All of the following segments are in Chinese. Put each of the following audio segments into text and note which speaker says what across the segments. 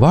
Speaker 1: 瓦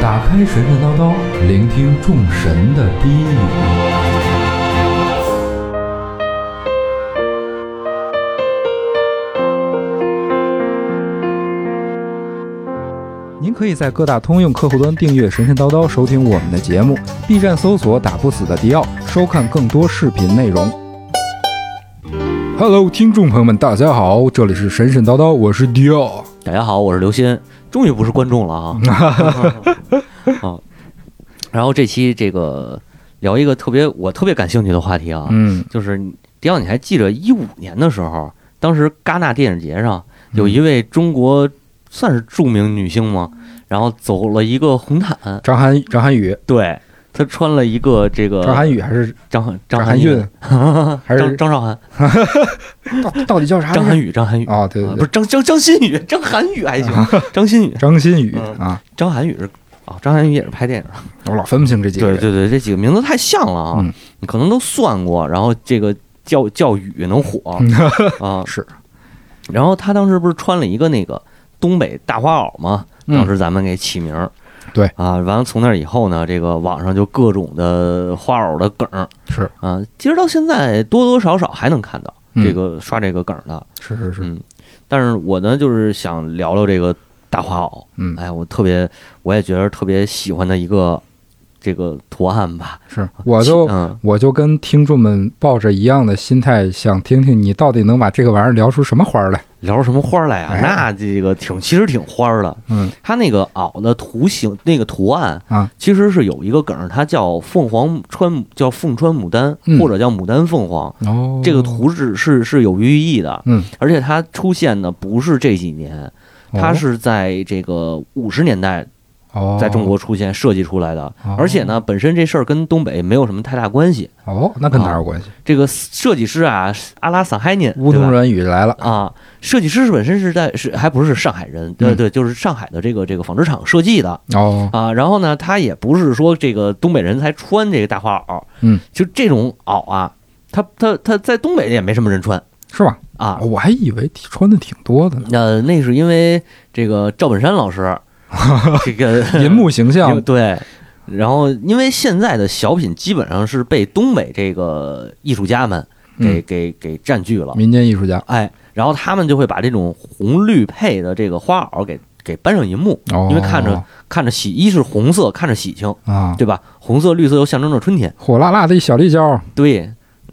Speaker 1: 打开神神叨叨，聆听众神的低语。您可以在各大通用客户端订阅“神神叨叨”，收听我们的节目；B 站搜索“打不死的迪奥”，收看更多视频内容。Hello，听众朋友们，大家好，这里是神神叨叨，我是迪奥。
Speaker 2: 大家好，我是刘鑫，终于不是观众 了啊！啊，然后这期这个聊一个特别我特别感兴趣的话题啊，
Speaker 1: 嗯
Speaker 2: 就是迪奥，你还记得一五年的时候，当时戛纳电影节上有一位中国算是著名女星吗？然后走了一个红毯，
Speaker 1: 张涵张涵予，
Speaker 2: 对她穿了一个这个
Speaker 1: 张涵予还是
Speaker 2: 张
Speaker 1: 张
Speaker 2: 呃张
Speaker 1: 含韵， 还是
Speaker 2: 张张韶涵
Speaker 1: 到到底叫啥来着？
Speaker 2: 张涵予张涵予
Speaker 1: 啊，对对
Speaker 2: 啊不
Speaker 1: 对，
Speaker 2: 是张张张馨予张涵 予还行，张馨予
Speaker 1: 张馨予
Speaker 2: 嗯
Speaker 1: 啊，
Speaker 2: 张涵予是啊张涵予也是拍电影的。
Speaker 1: 我老分不清这几个
Speaker 2: 对
Speaker 1: 人。
Speaker 2: 对对，这几个名字太像了啊，
Speaker 1: 嗯
Speaker 2: 你可能都算过，然后这个教教育能火啊，
Speaker 1: 嗯是。
Speaker 2: 然后他当时不是穿了一个那个东北大花袄吗？
Speaker 1: 嗯
Speaker 2: 当时咱们给起名儿。
Speaker 1: 对
Speaker 2: 啊，完了从那以后呢，这个网上就各种的花袄的梗儿
Speaker 1: 是
Speaker 2: 啊，其实到现在多多少少还能看到
Speaker 1: 嗯
Speaker 2: 这个刷这个梗儿的。
Speaker 1: 是是是，
Speaker 2: 嗯，但是我呢，就是想聊聊这个大花袄。
Speaker 1: 嗯
Speaker 2: 哎，我特别，我也觉得特别喜欢的一个这个图案吧。
Speaker 1: 是，我就
Speaker 2: 嗯，
Speaker 1: 我就跟听众们抱着一样的心态，想听听你到底能把这个玩意儿聊出什么花儿来。
Speaker 2: 聊出什么花儿来啊？
Speaker 1: 哎
Speaker 2: 那这个挺，其实挺花儿的。
Speaker 1: 嗯
Speaker 2: 它那个袄的图形，那个图案
Speaker 1: 啊，
Speaker 2: 其实是有一个梗儿，它叫凤凰穿，叫凤穿牡丹，
Speaker 1: 嗯
Speaker 2: 或者叫牡丹凤凰。
Speaker 1: 哦
Speaker 2: 这个图纸是是有寓意的，
Speaker 1: 嗯，
Speaker 2: 而且它出现的不是这几年，它是在这个五十年代
Speaker 1: 哦，
Speaker 2: 在中国出现设计出来的，
Speaker 1: 哦
Speaker 2: 而且呢，本身这事儿跟东北没有什么太大关系。
Speaker 1: 哦，那跟哪有关系？
Speaker 2: 这个设计师啊，是阿拉桑海涅，
Speaker 1: 乌
Speaker 2: 对吧
Speaker 1: 冬软语来了，
Speaker 2: 啊，设计师是本身是在是还不是上海人，对
Speaker 1: 嗯
Speaker 2: 对，就是上海的这个这个纺织厂设计的
Speaker 1: 哦，
Speaker 2: 啊。然后呢，他也不是说这个东北人才穿这个大花袄，
Speaker 1: 嗯，
Speaker 2: 就这种袄啊，他他他在东北也没什么人穿
Speaker 1: 是吧？
Speaker 2: 啊。
Speaker 1: 我还以为穿的挺多 的呢，
Speaker 2: 那、那是因为这个赵本山 老师，这个
Speaker 1: 银 幕形象
Speaker 2: 因为，对。然后，因为现在的小品基本上是被东北这个艺术家们给、
Speaker 1: 嗯
Speaker 2: 给给占据了，
Speaker 1: 民间艺术家，
Speaker 2: 哎，然后他们就会把这种红绿配的这个花袄给给搬上银幕，
Speaker 1: 哦，
Speaker 2: 因为看着看着喜，一是红色看着喜庆，
Speaker 1: 啊，
Speaker 2: 对吧？红色绿色又象征着春天，
Speaker 1: 火辣辣的一小立交，
Speaker 2: 对。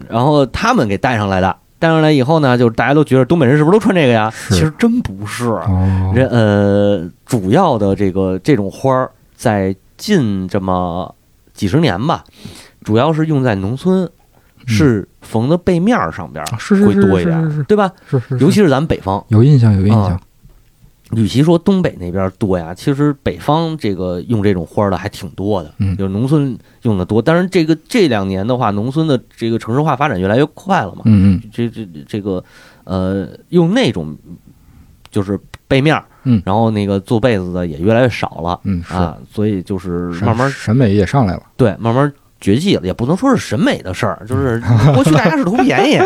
Speaker 2: 然后他们给带上来的，带上来以后呢，就是大家都觉得东北人是不是都穿这个呀？
Speaker 1: 是
Speaker 2: 其实真不是，
Speaker 1: 哦，
Speaker 2: 人呃，主要的这个这种花儿，在近这么几十年吧，主要是用在农村，是缝的背面儿上边儿
Speaker 1: 嗯啊是是
Speaker 2: 会
Speaker 1: 是
Speaker 2: 多一
Speaker 1: 是
Speaker 2: 点儿，
Speaker 1: 是是
Speaker 2: 对吧？
Speaker 1: 是是，
Speaker 2: 尤其是咱们北方，
Speaker 1: 有印象有印象
Speaker 2: 啊，与其说东北那边多呀，其实北方这个用这种花儿的还挺多的，
Speaker 1: 嗯
Speaker 2: 就是农村用的多。当然，这个这两年的话，农村的这个城市化发展越来越快了嘛，
Speaker 1: 嗯嗯
Speaker 2: 这这这个呃，用那种就是背面儿，
Speaker 1: 嗯
Speaker 2: 然后那个做被子的也越来越少了。
Speaker 1: 嗯是，
Speaker 2: 啊，所以就是
Speaker 1: 审
Speaker 2: 慢慢啊
Speaker 1: 审美也上来了，
Speaker 2: 对慢慢绝迹了，也不能说是审美的事儿，就是
Speaker 1: 嗯
Speaker 2: 过去大家是图便宜，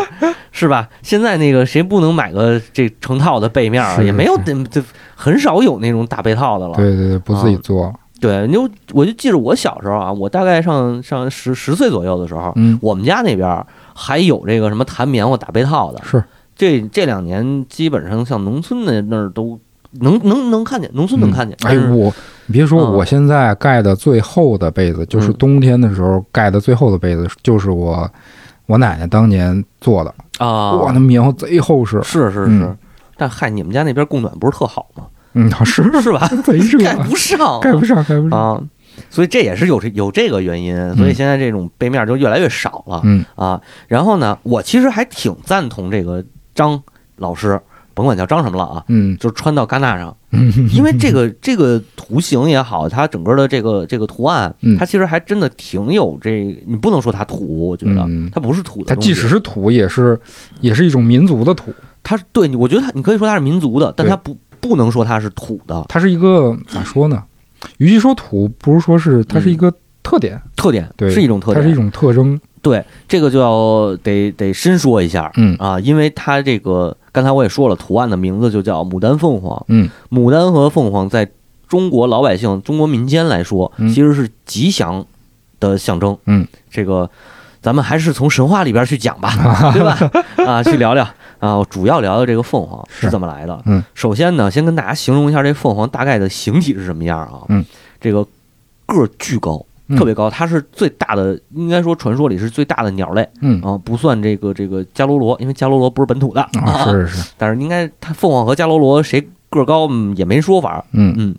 Speaker 2: 是吧？现在那个谁不能买个这成套的被面儿啊，
Speaker 1: 是
Speaker 2: 也没有这这很少有那种大被套的了。
Speaker 1: 对对对，不
Speaker 2: 啊
Speaker 1: 自己做，
Speaker 2: 对，你就我就记着我小时候啊，我大概上上十十岁左右的时候，
Speaker 1: 嗯
Speaker 2: 我们家那边儿还有这个什么弹棉花打被套的，
Speaker 1: 是，
Speaker 2: 这这两年基本上像农村的那儿都能能能看见，农村能看见。
Speaker 1: 嗯哎
Speaker 2: 但是
Speaker 1: 呦，我你别说，
Speaker 2: 嗯
Speaker 1: 我现在盖的最厚的被子，就是
Speaker 2: 嗯
Speaker 1: 冬天的时候盖的最厚的被子，就是我我奶奶当年做的。
Speaker 2: 啊，
Speaker 1: 哇，那棉花贼厚实，
Speaker 2: 是是
Speaker 1: 嗯
Speaker 2: 是，但嗨，你们家那边供暖不是特好吗？
Speaker 1: 嗯，是
Speaker 2: 是吧？
Speaker 1: 贼热，
Speaker 2: 盖不上，
Speaker 1: 盖不上，盖不上。
Speaker 2: 啊。所以这也是有这有这个原因，所以现在这种背面就越来越少了
Speaker 1: 嗯
Speaker 2: 啊。然后呢，我其实还挺赞同这个张老师，甭管叫张什么了啊，
Speaker 1: 嗯
Speaker 2: 就是穿到戛纳上，
Speaker 1: 嗯，
Speaker 2: 因为这个这个图形也好，它整个的这个这个图案
Speaker 1: 嗯，
Speaker 2: 它其实还真的挺有这，你不能说它土，我觉得
Speaker 1: 嗯
Speaker 2: 它不是土的
Speaker 1: 它
Speaker 2: 东西，
Speaker 1: 即使是土，也是也是一种民族的土，
Speaker 2: 它是对，我觉得它你可以说它是民族的，但
Speaker 1: 对
Speaker 2: 它不不能说它是土的
Speaker 1: 它是一个咋说呢？与其说土，不如说是它是一个特点，
Speaker 2: 特点，
Speaker 1: 对
Speaker 2: 是一嗯种特
Speaker 1: 它
Speaker 2: 点，
Speaker 1: 是一种特征。
Speaker 2: 对，这个就要得得深说一下
Speaker 1: 嗯
Speaker 2: 啊，因为它这个刚才我也说了，图案的名字就叫牡丹凤凰。
Speaker 1: 嗯，
Speaker 2: 牡丹和凤凰在中国老百姓、中国民间来说，
Speaker 1: 嗯
Speaker 2: 其实是吉祥的象征。
Speaker 1: 嗯，
Speaker 2: 这个咱们还是从神话里边去讲吧， 对吧？啊，去聊聊啊，主要聊聊这个凤凰是
Speaker 1: 是
Speaker 2: 怎么来的。
Speaker 1: 嗯，
Speaker 2: 首先呢，先跟大家形容一下这凤凰大概的形体是什么样啊？
Speaker 1: 嗯，
Speaker 2: 这个个儿巨高。
Speaker 1: 嗯
Speaker 2: 特别高，它是最大的，应该说传说里是最大的鸟类
Speaker 1: 嗯
Speaker 2: 啊，不算这个这个伽罗罗，因为伽罗罗不是本土的，
Speaker 1: 啊，是是是，
Speaker 2: 但是应该它凤凰和伽罗罗谁个儿高、嗯也没说法。
Speaker 1: 嗯
Speaker 2: 嗯，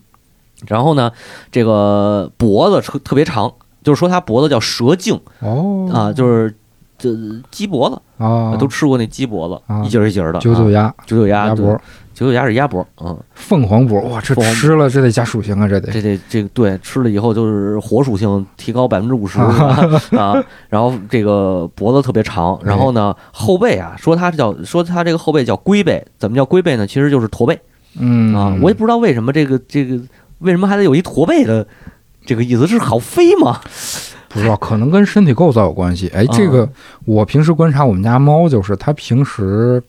Speaker 2: 然后呢，这个脖子特特别长，就是说它脖子叫蛇颈
Speaker 1: 哦
Speaker 2: 啊，就是这鸡脖子，
Speaker 1: 啊，
Speaker 2: 都吃过那鸡脖子，
Speaker 1: 啊
Speaker 2: 一节儿一节儿的。
Speaker 1: 九九
Speaker 2: 啊
Speaker 1: 鸭
Speaker 2: 九九鸭
Speaker 1: 鸭
Speaker 2: 对
Speaker 1: 脖、
Speaker 2: 九九鸭是鸭脖，嗯，
Speaker 1: 凤凰脖，哇，这
Speaker 2: 凤凰
Speaker 1: 吃了这得加属性啊，这得
Speaker 2: 这得这个对吃了以后就是火属性提高百分之五 十
Speaker 1: 啊
Speaker 2: 啊，然后这个脖子特别长，然后
Speaker 1: 哎
Speaker 2: 呢后背啊，说它叫说它这个后背叫龟背，怎么叫龟背呢？其实就是驼背。
Speaker 1: 嗯
Speaker 2: 啊，我也不知道为什么这个这个为什么还得有一驼背的这个意思是好飞吗？
Speaker 1: 不知道，可能跟身体构造有关系。哎，
Speaker 2: 啊
Speaker 1: 这个我平时观察我们家猫，就是它平时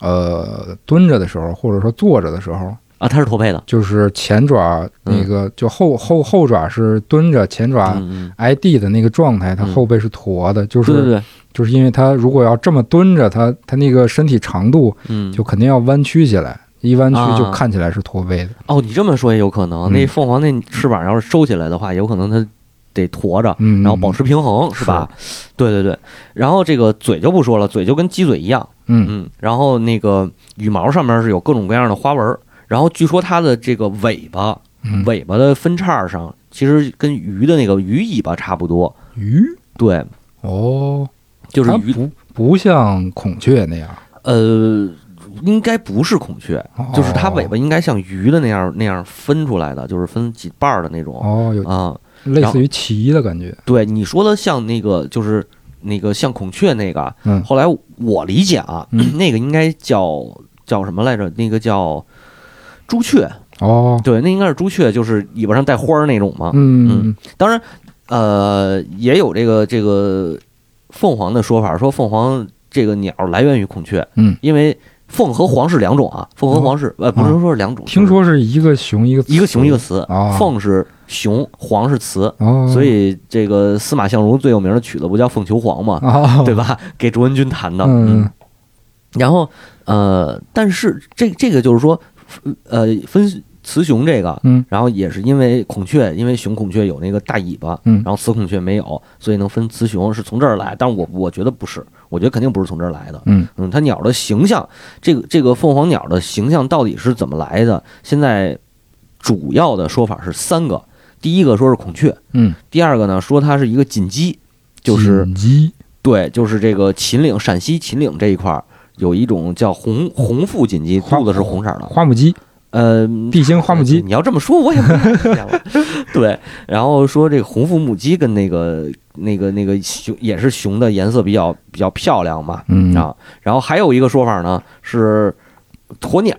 Speaker 1: 呃蹲着的时候，或者说坐着的时候，
Speaker 2: 啊，它是驼背的，
Speaker 1: 就是前爪那个就后后后爪是蹲着，前爪
Speaker 2: 嗯
Speaker 1: 挨地的那个状态，它
Speaker 2: 嗯
Speaker 1: 后背是驼的，就
Speaker 2: 嗯，对对
Speaker 1: 是
Speaker 2: 对，
Speaker 1: 就是因为它如果要这么蹲着，它它那个身体长度
Speaker 2: 嗯，
Speaker 1: 就肯定要弯曲起来。一弯曲
Speaker 2: 啊
Speaker 1: 就看起来是驼背的，
Speaker 2: 哦，你这么说也有可能，
Speaker 1: 嗯
Speaker 2: 那凤凰那翅膀要是收起来的话，有可能它得驼着。
Speaker 1: 嗯，
Speaker 2: 然后保持平衡是吧？对对对，然后这个嘴就不说了，嘴就跟鸡嘴一样，
Speaker 1: 嗯，
Speaker 2: 嗯，然后那个羽毛上面是有各种各样的花纹儿，然后据说它的这个尾巴，
Speaker 1: 嗯
Speaker 2: 尾巴的分叉上其实跟鱼的那个鱼尾巴差不多，
Speaker 1: 鱼
Speaker 2: 对，
Speaker 1: 哦，
Speaker 2: 就是
Speaker 1: 它
Speaker 2: 鱼
Speaker 1: 不不像孔雀那样，
Speaker 2: 呃，应该不是孔雀，
Speaker 1: 哦
Speaker 2: 就是它尾巴应该像鱼的那样那样分出来的，就是分几瓣儿的那种
Speaker 1: 哦，有
Speaker 2: 啊。
Speaker 1: 类
Speaker 2: 然后
Speaker 1: 似于鳍的感觉，
Speaker 2: 对你说的像那个，就是那个像孔雀那个。
Speaker 1: 嗯
Speaker 2: 后来我理解啊，
Speaker 1: 嗯
Speaker 2: 那个应该叫叫什么来着？那个叫朱雀，
Speaker 1: 哦，
Speaker 2: 对，那应该是朱雀，就是尾巴上带花儿那种嘛。
Speaker 1: 嗯
Speaker 2: 当然，呃，也有这个这个凤凰的说法，说凤凰这个鸟来源于孔雀，
Speaker 1: 嗯，
Speaker 2: 因为凤和凰是两种啊，凤和凰是、呃不能说是两种，
Speaker 1: 啊听
Speaker 2: 就是
Speaker 1: 说是一个雄一个
Speaker 2: 一个雄一个雌，
Speaker 1: 啊
Speaker 2: 凤是雄，凰是雌，
Speaker 1: 哦，
Speaker 2: 所以这个司马相如最有名的曲子不叫《凤求凰》嘛，
Speaker 1: 啊，
Speaker 2: 对吧？ 给卓文君弹的，
Speaker 1: 嗯
Speaker 2: 然后呃，但是这这个就是说，呃，分雌雄这个，
Speaker 1: 嗯
Speaker 2: 然后也是因为孔雀，因为雄孔雀有那个大尾巴，
Speaker 1: 嗯
Speaker 2: 然后雌孔雀没有，所以能分雌雄是从这儿来，但我我觉得不是，我觉得肯定不是从这儿来的。
Speaker 1: 嗯
Speaker 2: 嗯，它鸟的形象，这个这个凤凰鸟的形象到底是怎么来的？现在主要的说法是三个，第一个说是孔雀，
Speaker 1: 嗯，
Speaker 2: 第二个呢说它是一个锦鸡，就是
Speaker 1: 锦鸡
Speaker 2: 对，就是这个秦岭，陕西秦岭这一块儿有一种叫红红腹锦鸡，
Speaker 1: 花
Speaker 2: 肚子是红色的。
Speaker 1: 花木鸡，
Speaker 2: 呃，
Speaker 1: 地形花木鸡，
Speaker 2: 你要这么说，我也不太理 解了。对，然后说这个红腹母鸡跟那个那个那个熊也是熊的颜色比较比较漂亮嘛。
Speaker 1: 嗯
Speaker 2: 啊，然后还有一个说法呢是鸵鸟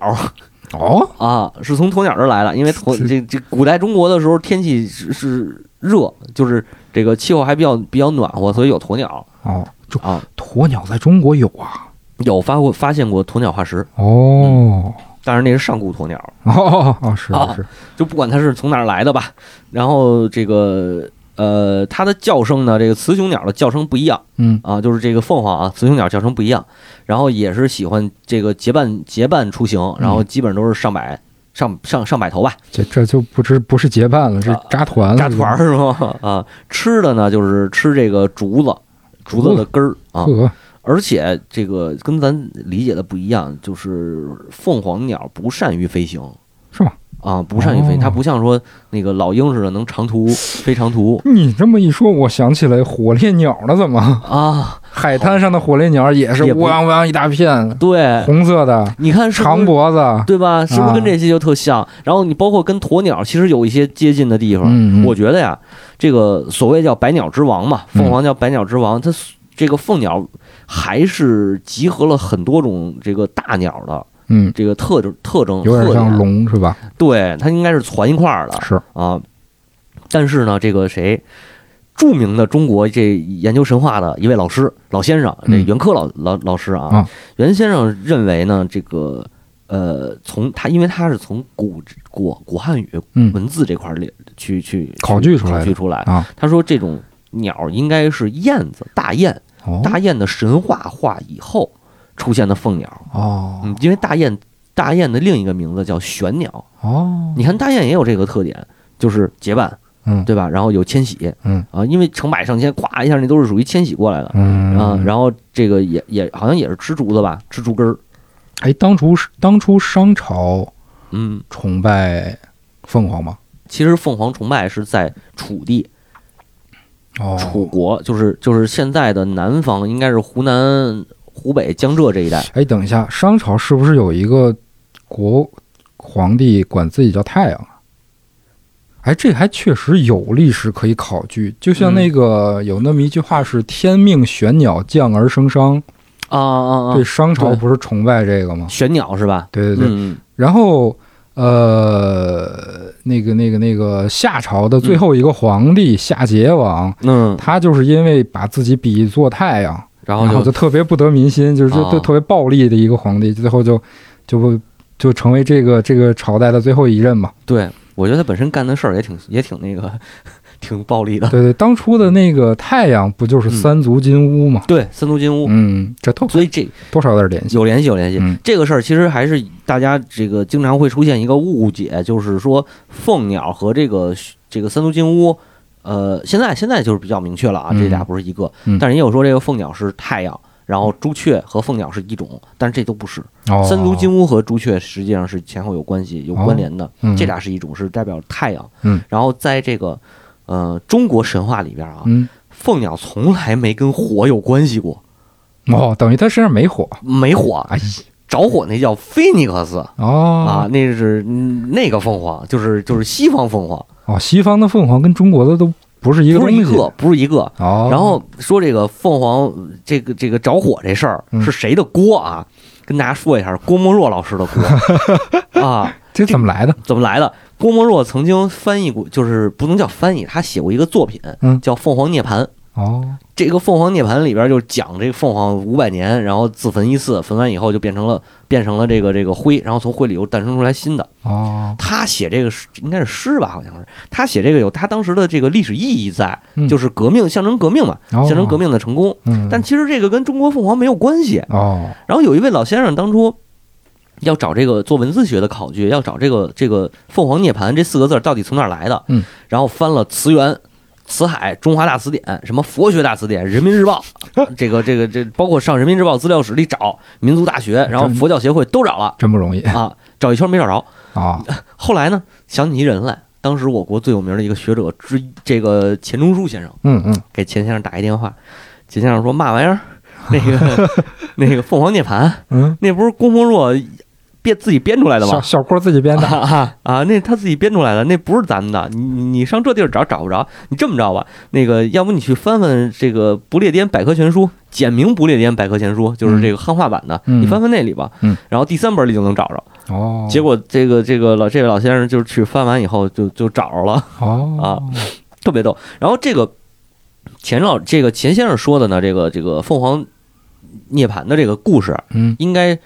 Speaker 1: 哦，
Speaker 2: 啊，是从鸵鸟这儿来的，因为鸵
Speaker 1: 是
Speaker 2: 这这古代中国的时候天气是是热，就是这个气候还比较比较暖和，所以有鸵鸟
Speaker 1: 哦，就
Speaker 2: 啊。
Speaker 1: 鸵鸟在中国有啊，
Speaker 2: 有发过发现过鸵鸟化石，
Speaker 1: 哦
Speaker 2: 当然那是上古鸵鸟，
Speaker 1: 哦哦哦，是
Speaker 2: 嗯啊
Speaker 1: 是，
Speaker 2: 就不管它是从哪儿来的吧。然后这个呃，它的叫声呢，这个雌雄鸟的叫声不一样
Speaker 1: 嗯
Speaker 2: 啊，就是这个凤凰啊，雌雄鸟叫声不一样。然后也是喜欢这个结伴结伴出行，然后基本都是上百上上上百头吧，
Speaker 1: 这这就不是不是结伴了，是扎团了，
Speaker 2: 啊扎团儿是吗？啊，吃的呢就是吃这个竹子，竹子的根儿啊。
Speaker 1: 呵，
Speaker 2: 而且这个跟咱理解的不一样，就是凤凰鸟不善于飞行。
Speaker 1: 是吗？
Speaker 2: 啊，不善于飞，
Speaker 1: 哦
Speaker 2: 它不像说那个老鹰似的能长途飞长途
Speaker 1: 你这么一说，我想起来火烈鸟了，怎 么？
Speaker 2: 啊。
Speaker 1: 海滩上的火烈鸟也是
Speaker 2: 也不
Speaker 1: 乌泱乌泱一大片，
Speaker 2: 对，
Speaker 1: 红色的，
Speaker 2: 你看是不
Speaker 1: 长
Speaker 2: 是
Speaker 1: 脖子。
Speaker 2: 对吧？是不
Speaker 1: 啊
Speaker 2: 是跟这些就特像？然后你包括跟鸵鸟，其实有一些接近的地方。
Speaker 1: 嗯嗯
Speaker 2: 我觉得呀，这个所谓叫百鸟之王嘛，
Speaker 1: 嗯
Speaker 2: 凤凰叫百鸟之王，它这个凤鸟还是集合了很多种这个大鸟的
Speaker 1: 嗯，
Speaker 2: 这个特征特征，
Speaker 1: 有点
Speaker 2: 特啊
Speaker 1: 像
Speaker 2: 点
Speaker 1: 龙是吧？
Speaker 2: 对，它应该是攒一块儿的
Speaker 1: 是，
Speaker 2: 啊。但是呢，这个谁，著名的中国这研究神话的一位老师老先生，这
Speaker 1: 嗯
Speaker 2: 袁科老老老师啊，
Speaker 1: 啊
Speaker 2: 袁先生认为呢，这个呃，从他因为他是从古古古汉语
Speaker 1: 嗯
Speaker 2: 文字这块儿里去去
Speaker 1: 考据出来的
Speaker 2: 考据出来
Speaker 1: 啊，
Speaker 2: 他说这种鸟应该是燕子大雁，
Speaker 1: 哦
Speaker 2: 大雁的神话化以后出现的凤鸟，
Speaker 1: 哦
Speaker 2: 嗯，因为大雁大雁的另一个名字叫玄鸟。
Speaker 1: 哦，
Speaker 2: 你看大雁也有这个特点，就是结伴，
Speaker 1: 嗯
Speaker 2: 对吧？然后有迁徙，
Speaker 1: 嗯
Speaker 2: 啊，因为成百上千，咵一下那都是属于迁徙过来的
Speaker 1: 嗯
Speaker 2: 啊。然后这个也也好像也是吃竹子吧，吃竹根儿，
Speaker 1: 哎，当初当初商朝
Speaker 2: 嗯。
Speaker 1: 崇拜凤凰吗？
Speaker 2: 其实凤凰崇拜是在楚地，
Speaker 1: 哦
Speaker 2: 楚国就是就是现在的南方，应该是湖南、湖北、江浙这一带。
Speaker 1: 哎，等一下，商朝是不是有一个国皇帝管自己叫太阳啊？哎，这还确实有历史可以考据。就像
Speaker 2: 嗯
Speaker 1: 那个、有那么一句话是“天命玄鸟，降而生商
Speaker 2: 啊啊”，啊
Speaker 1: 对，！商朝
Speaker 2: 对
Speaker 1: 不是崇拜这个吗？
Speaker 2: 玄鸟是吧？
Speaker 1: 对对对。
Speaker 2: 嗯，
Speaker 1: 然后，呃，那个那个那个夏朝的最后一个皇帝夏桀王，
Speaker 2: 嗯，
Speaker 1: 他就是因为把自己比作太阳，然
Speaker 2: 然
Speaker 1: 后
Speaker 2: 后
Speaker 1: 就
Speaker 2: 就
Speaker 1: 特别不得民心，就是就
Speaker 2: 哦
Speaker 1: 就特别暴力的一个皇帝，最后就就就成为这个这个朝代的最后一任 嘛。
Speaker 2: 对，我觉得他本身干的事儿也挺也挺那个， 挺暴力的。
Speaker 1: 对对，当初的那个太阳不就是三足金乌嘛？
Speaker 2: 对，三足金乌，
Speaker 1: 嗯，这都
Speaker 2: 嗯哦所以这
Speaker 1: 多少有点联系。
Speaker 2: 有联系，有联系。
Speaker 1: 嗯
Speaker 2: 这个事儿其实还是大家这个经常会出现一个误解，就是说凤鸟和这个这个三足金乌，呃，现在现在就是比较明确了啊，
Speaker 1: 嗯
Speaker 2: 这俩不是一个。
Speaker 1: 嗯
Speaker 2: 但是也有说这个凤鸟是太阳，然后朱雀和凤鸟是一种，但是这都不是。
Speaker 1: 哦，
Speaker 2: 三足金乌和朱雀实际上是前后有关系、有关联的。
Speaker 1: 嗯
Speaker 2: 这俩是一种，是代表太阳。
Speaker 1: 嗯，
Speaker 2: 然后在这个呃中国神话里边啊，
Speaker 1: 嗯
Speaker 2: 凤鸟从来没跟火有关系过，
Speaker 1: 哦，等于他身上没火。
Speaker 2: 没火。
Speaker 1: 哎
Speaker 2: 着火那叫菲尼克斯啊
Speaker 1: 哦，
Speaker 2: 那是嗯那个凤凰，就是就是西方凤凰，
Speaker 1: 哦，西方的凤凰跟中国的都不是一个
Speaker 2: 不
Speaker 1: 东
Speaker 2: 是一
Speaker 1: 西。
Speaker 2: 个，不是一个。
Speaker 1: 哦，
Speaker 2: 然后说这个凤凰，这个这个着火这事儿
Speaker 1: 嗯
Speaker 2: 是谁的锅啊？跟大家说一下，郭沫若老师的 锅啊，
Speaker 1: 这怎么来的？
Speaker 2: 怎么来的？郭沫若曾经翻译过，就是不能叫翻译，他写过一个作品
Speaker 1: 嗯，
Speaker 2: 叫《凤凰涅槃》。
Speaker 1: 哦，
Speaker 2: 这个《凤凰涅槃》里边就讲这个凤凰五百年，然后自焚一次，焚完以后就变成了变成了这个这个灰，然后从灰里又诞生出来新的。
Speaker 1: 哦，
Speaker 2: 他写这个诗应该是诗吧，好像是他写这个有他当时的这个历史意义在，
Speaker 1: 嗯
Speaker 2: 就是革命象征革命嘛，
Speaker 1: 哦
Speaker 2: 象征革命的成功。
Speaker 1: 嗯，
Speaker 2: 但其实这个跟中国凤凰没有关系。
Speaker 1: 哦，
Speaker 2: 然后有一位老先生当初要找这个做文字学的考据，要找这个这个“凤凰涅槃”这四个字儿到底从哪儿来的，
Speaker 1: 嗯，
Speaker 2: 然后翻了词源。词海、中华大词典、什么佛学大词典、人民日报，这个、这个、这包括上人民日报资料室里找，民族大学，然后佛教协会都找了
Speaker 1: 真不容易
Speaker 2: 啊，找一圈没找着。
Speaker 1: 啊！
Speaker 2: 后来呢，想起一人来，当时我国最有名的一个学者之一，这个钱钟书先生
Speaker 1: 嗯嗯，
Speaker 2: 给钱先生打一电话，钱先生说嘛 玩意儿，那个 那个凤凰涅槃，
Speaker 1: 嗯，
Speaker 2: 那不是郭沫若编自己编出来的
Speaker 1: 小
Speaker 2: 吗？
Speaker 1: 小郭自己编 的。
Speaker 2: 啊啊！那他自己编出来的，那不是咱们的。你你你上这地儿找找不着，你这么着吧，那个，要不你去翻翻这个《不列颠百科全书》，简明《不列颠百科全书》，就是这个汉化版的，
Speaker 1: 嗯
Speaker 2: 你翻翻那里吧。
Speaker 1: 嗯
Speaker 2: 然后第三本里就能找着。
Speaker 1: 哦，
Speaker 2: 结果这个这个老这位老先生就是去翻完以后就就找着了，
Speaker 1: 哦
Speaker 2: 特别逗。然后这个钱老这个钱先生说的呢，这个这个凤凰涅槃的这个故事，啊
Speaker 1: 嗯
Speaker 2: 应该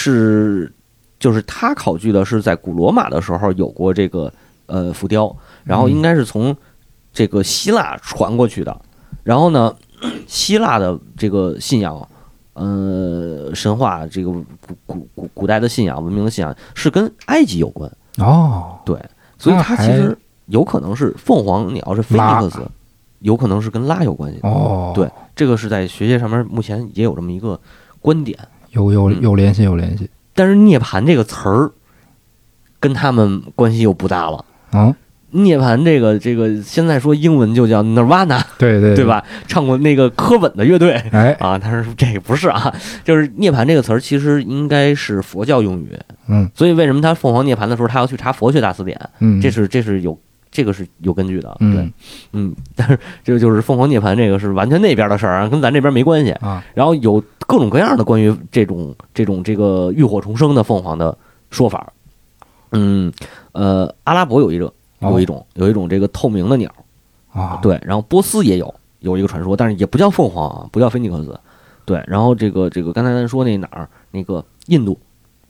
Speaker 2: 是就是他考据的是在古罗马的时候有过这个呃浮雕，然后应该是从这个希腊传过去的。然后呢，希腊的这个信仰，呃，神话这个古古古古代的信仰、文明的信仰是跟埃及有关，
Speaker 1: 哦，
Speaker 2: 对，所以
Speaker 1: 那
Speaker 2: 它
Speaker 1: 还
Speaker 2: 其实有可能是凤凰鸟是菲尼克斯，有可能是跟拉有关系的。
Speaker 1: 哦，
Speaker 2: 对，这个是在学界上面目前也有这么一个观点。
Speaker 1: 有有
Speaker 2: 嗯
Speaker 1: 有联系，有联系。
Speaker 2: 但是涅槃这个词儿跟他们关系又不大了。
Speaker 1: 啊，
Speaker 2: 涅槃这个这个，现在说英文就叫 Nirvana，
Speaker 1: 对对
Speaker 2: 对？吧？唱过那个科本的乐队
Speaker 1: 哎，
Speaker 2: 啊，但是这个不是啊，就是涅槃这个词儿其实应该是佛教用语，
Speaker 1: 嗯
Speaker 2: 所以为什么他凤凰涅槃的时候，他要去查佛学大词典？
Speaker 1: 嗯，
Speaker 2: 这是这是有这个是有根据的，对
Speaker 1: 嗯，
Speaker 2: 嗯，但是这就是凤凰涅槃这个是完全那边的事儿啊，跟咱这边没关系。
Speaker 1: 啊，
Speaker 2: 然后有各种各样的关于这种这种这个浴火重生的凤凰的说法，嗯，呃，阿拉伯有一个
Speaker 1: 哦
Speaker 2: 有一种有一种这个透明的鸟，
Speaker 1: 啊，
Speaker 2: 对，然后波斯也有有一个传说，但是也不叫凤凰啊，不叫菲尼克斯，对，然后这个这个刚才咱说那哪儿那个印度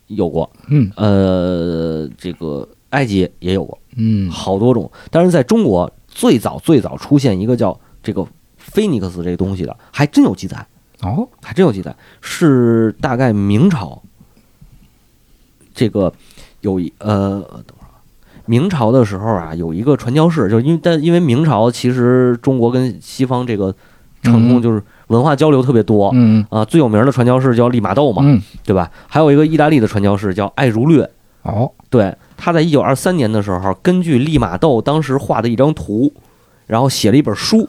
Speaker 2: 有过，
Speaker 1: 嗯
Speaker 2: 呃，这个埃及也有过，
Speaker 1: 嗯
Speaker 2: 好多种。但是在中国最早最早出现一个叫这个菲尼克斯这个东西的，还真有记载，
Speaker 1: 哦，
Speaker 2: 还真有记载，是大概明朝这个有一呃。等会儿啊明朝的时候啊，有一个传教士，就是因为但因为明朝其实中国跟西方这个畅通
Speaker 1: 嗯
Speaker 2: 就是文化交流特别多啊、
Speaker 1: 嗯
Speaker 2: 最有名的传教士叫利玛窦嘛，
Speaker 1: 嗯，
Speaker 2: 对吧？还有一个意大利的传教士叫艾如略，
Speaker 1: 哦，
Speaker 2: 对，他在一九二三年的时候，根据利玛窦当时画的一张图，然后写了一本书，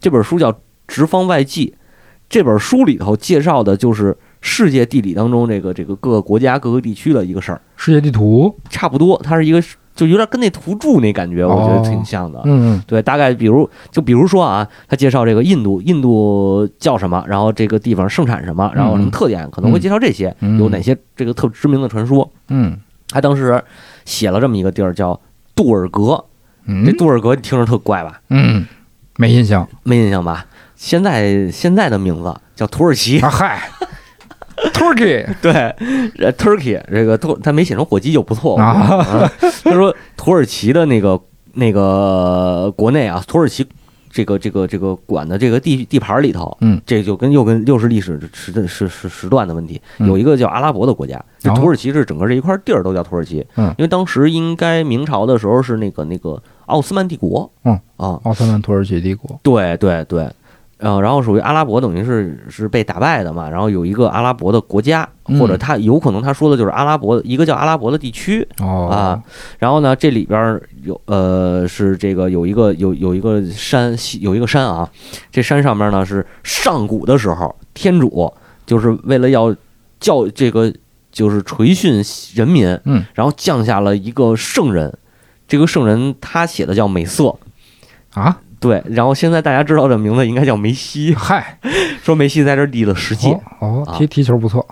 Speaker 2: 这本书叫《直方外记》。这本书里头介绍的就是世界地理当中这个这个各个国家各个地区的一个事儿，
Speaker 1: 世界地图，
Speaker 2: 差不多，它是一个就有点跟那图注那感觉，我觉得
Speaker 1: 哦
Speaker 2: 挺像的。
Speaker 1: 嗯
Speaker 2: 对，大概比如就比如说啊，他介绍这个印度，印度叫什么，然后这个地方盛产什么，然后什么
Speaker 1: 嗯
Speaker 2: 特点，可能会介绍这些，
Speaker 1: 嗯
Speaker 2: 有哪些这个特知名的传说。
Speaker 1: 嗯
Speaker 2: 他当时写了这么一个地儿叫杜尔格，
Speaker 1: 嗯，
Speaker 2: 这杜尔格你听着特怪吧？
Speaker 1: 嗯，没印象
Speaker 2: 没印象吧？现在现在的名字叫土耳其，
Speaker 1: 啊，嗨，Turkey
Speaker 2: 对，呃，Turkey 这个土，他没写成火鸡就不错。我觉得啊，他说土耳其的那个那个国内啊，土耳其这个这个这个管的这个地地盘里头，
Speaker 1: 嗯，
Speaker 2: 这就跟又跟又是历史时的时时时段的问题，
Speaker 1: 嗯
Speaker 2: 有一个叫阿拉伯的国家，就
Speaker 1: 哦
Speaker 2: 土耳其是整个这一块地儿都叫土耳其，
Speaker 1: 嗯
Speaker 2: 因为当时应该明朝的时候是那个那个奥斯曼帝国，
Speaker 1: 嗯
Speaker 2: 啊，
Speaker 1: 奥斯曼土耳其帝国，
Speaker 2: 对对对，嗯、然后属于阿拉伯，等于是是被打败的嘛。然后有一个阿拉伯的国家，
Speaker 1: 嗯
Speaker 2: 或者他有可能他说的就是阿拉伯一个叫阿拉伯的地区。
Speaker 1: 哦
Speaker 2: 啊然后呢，这里边儿有呃是这个有一个有有一个山西有一个山啊，这山上面呢是上古的时候天主就是为了要教这个就是垂训人民，
Speaker 1: 嗯，
Speaker 2: 然后降下了一个圣人，这个圣人他写的叫美瑟。
Speaker 1: 啊，
Speaker 2: 对，然后现在大家知道这名字应该叫梅 西，
Speaker 1: 嗨，
Speaker 2: 说梅西在这儿立了十届。
Speaker 1: 哦，
Speaker 2: 啊
Speaker 1: 哦，踢踢球不错，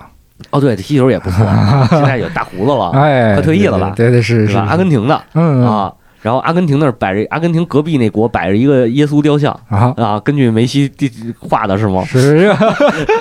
Speaker 2: 哦，对，踢球也 不错，现在有大胡子了，
Speaker 1: 哎，
Speaker 2: 快退役了吧
Speaker 1: 对对对，是
Speaker 2: 啊是
Speaker 1: 是
Speaker 2: 吧？阿根廷的
Speaker 1: 嗯嗯
Speaker 2: 啊，然后阿根廷那儿摆着，阿根廷隔壁那国摆着一个耶稣雕像
Speaker 1: 啊，
Speaker 2: 啊，根据梅西地画的是吗？
Speaker 1: 是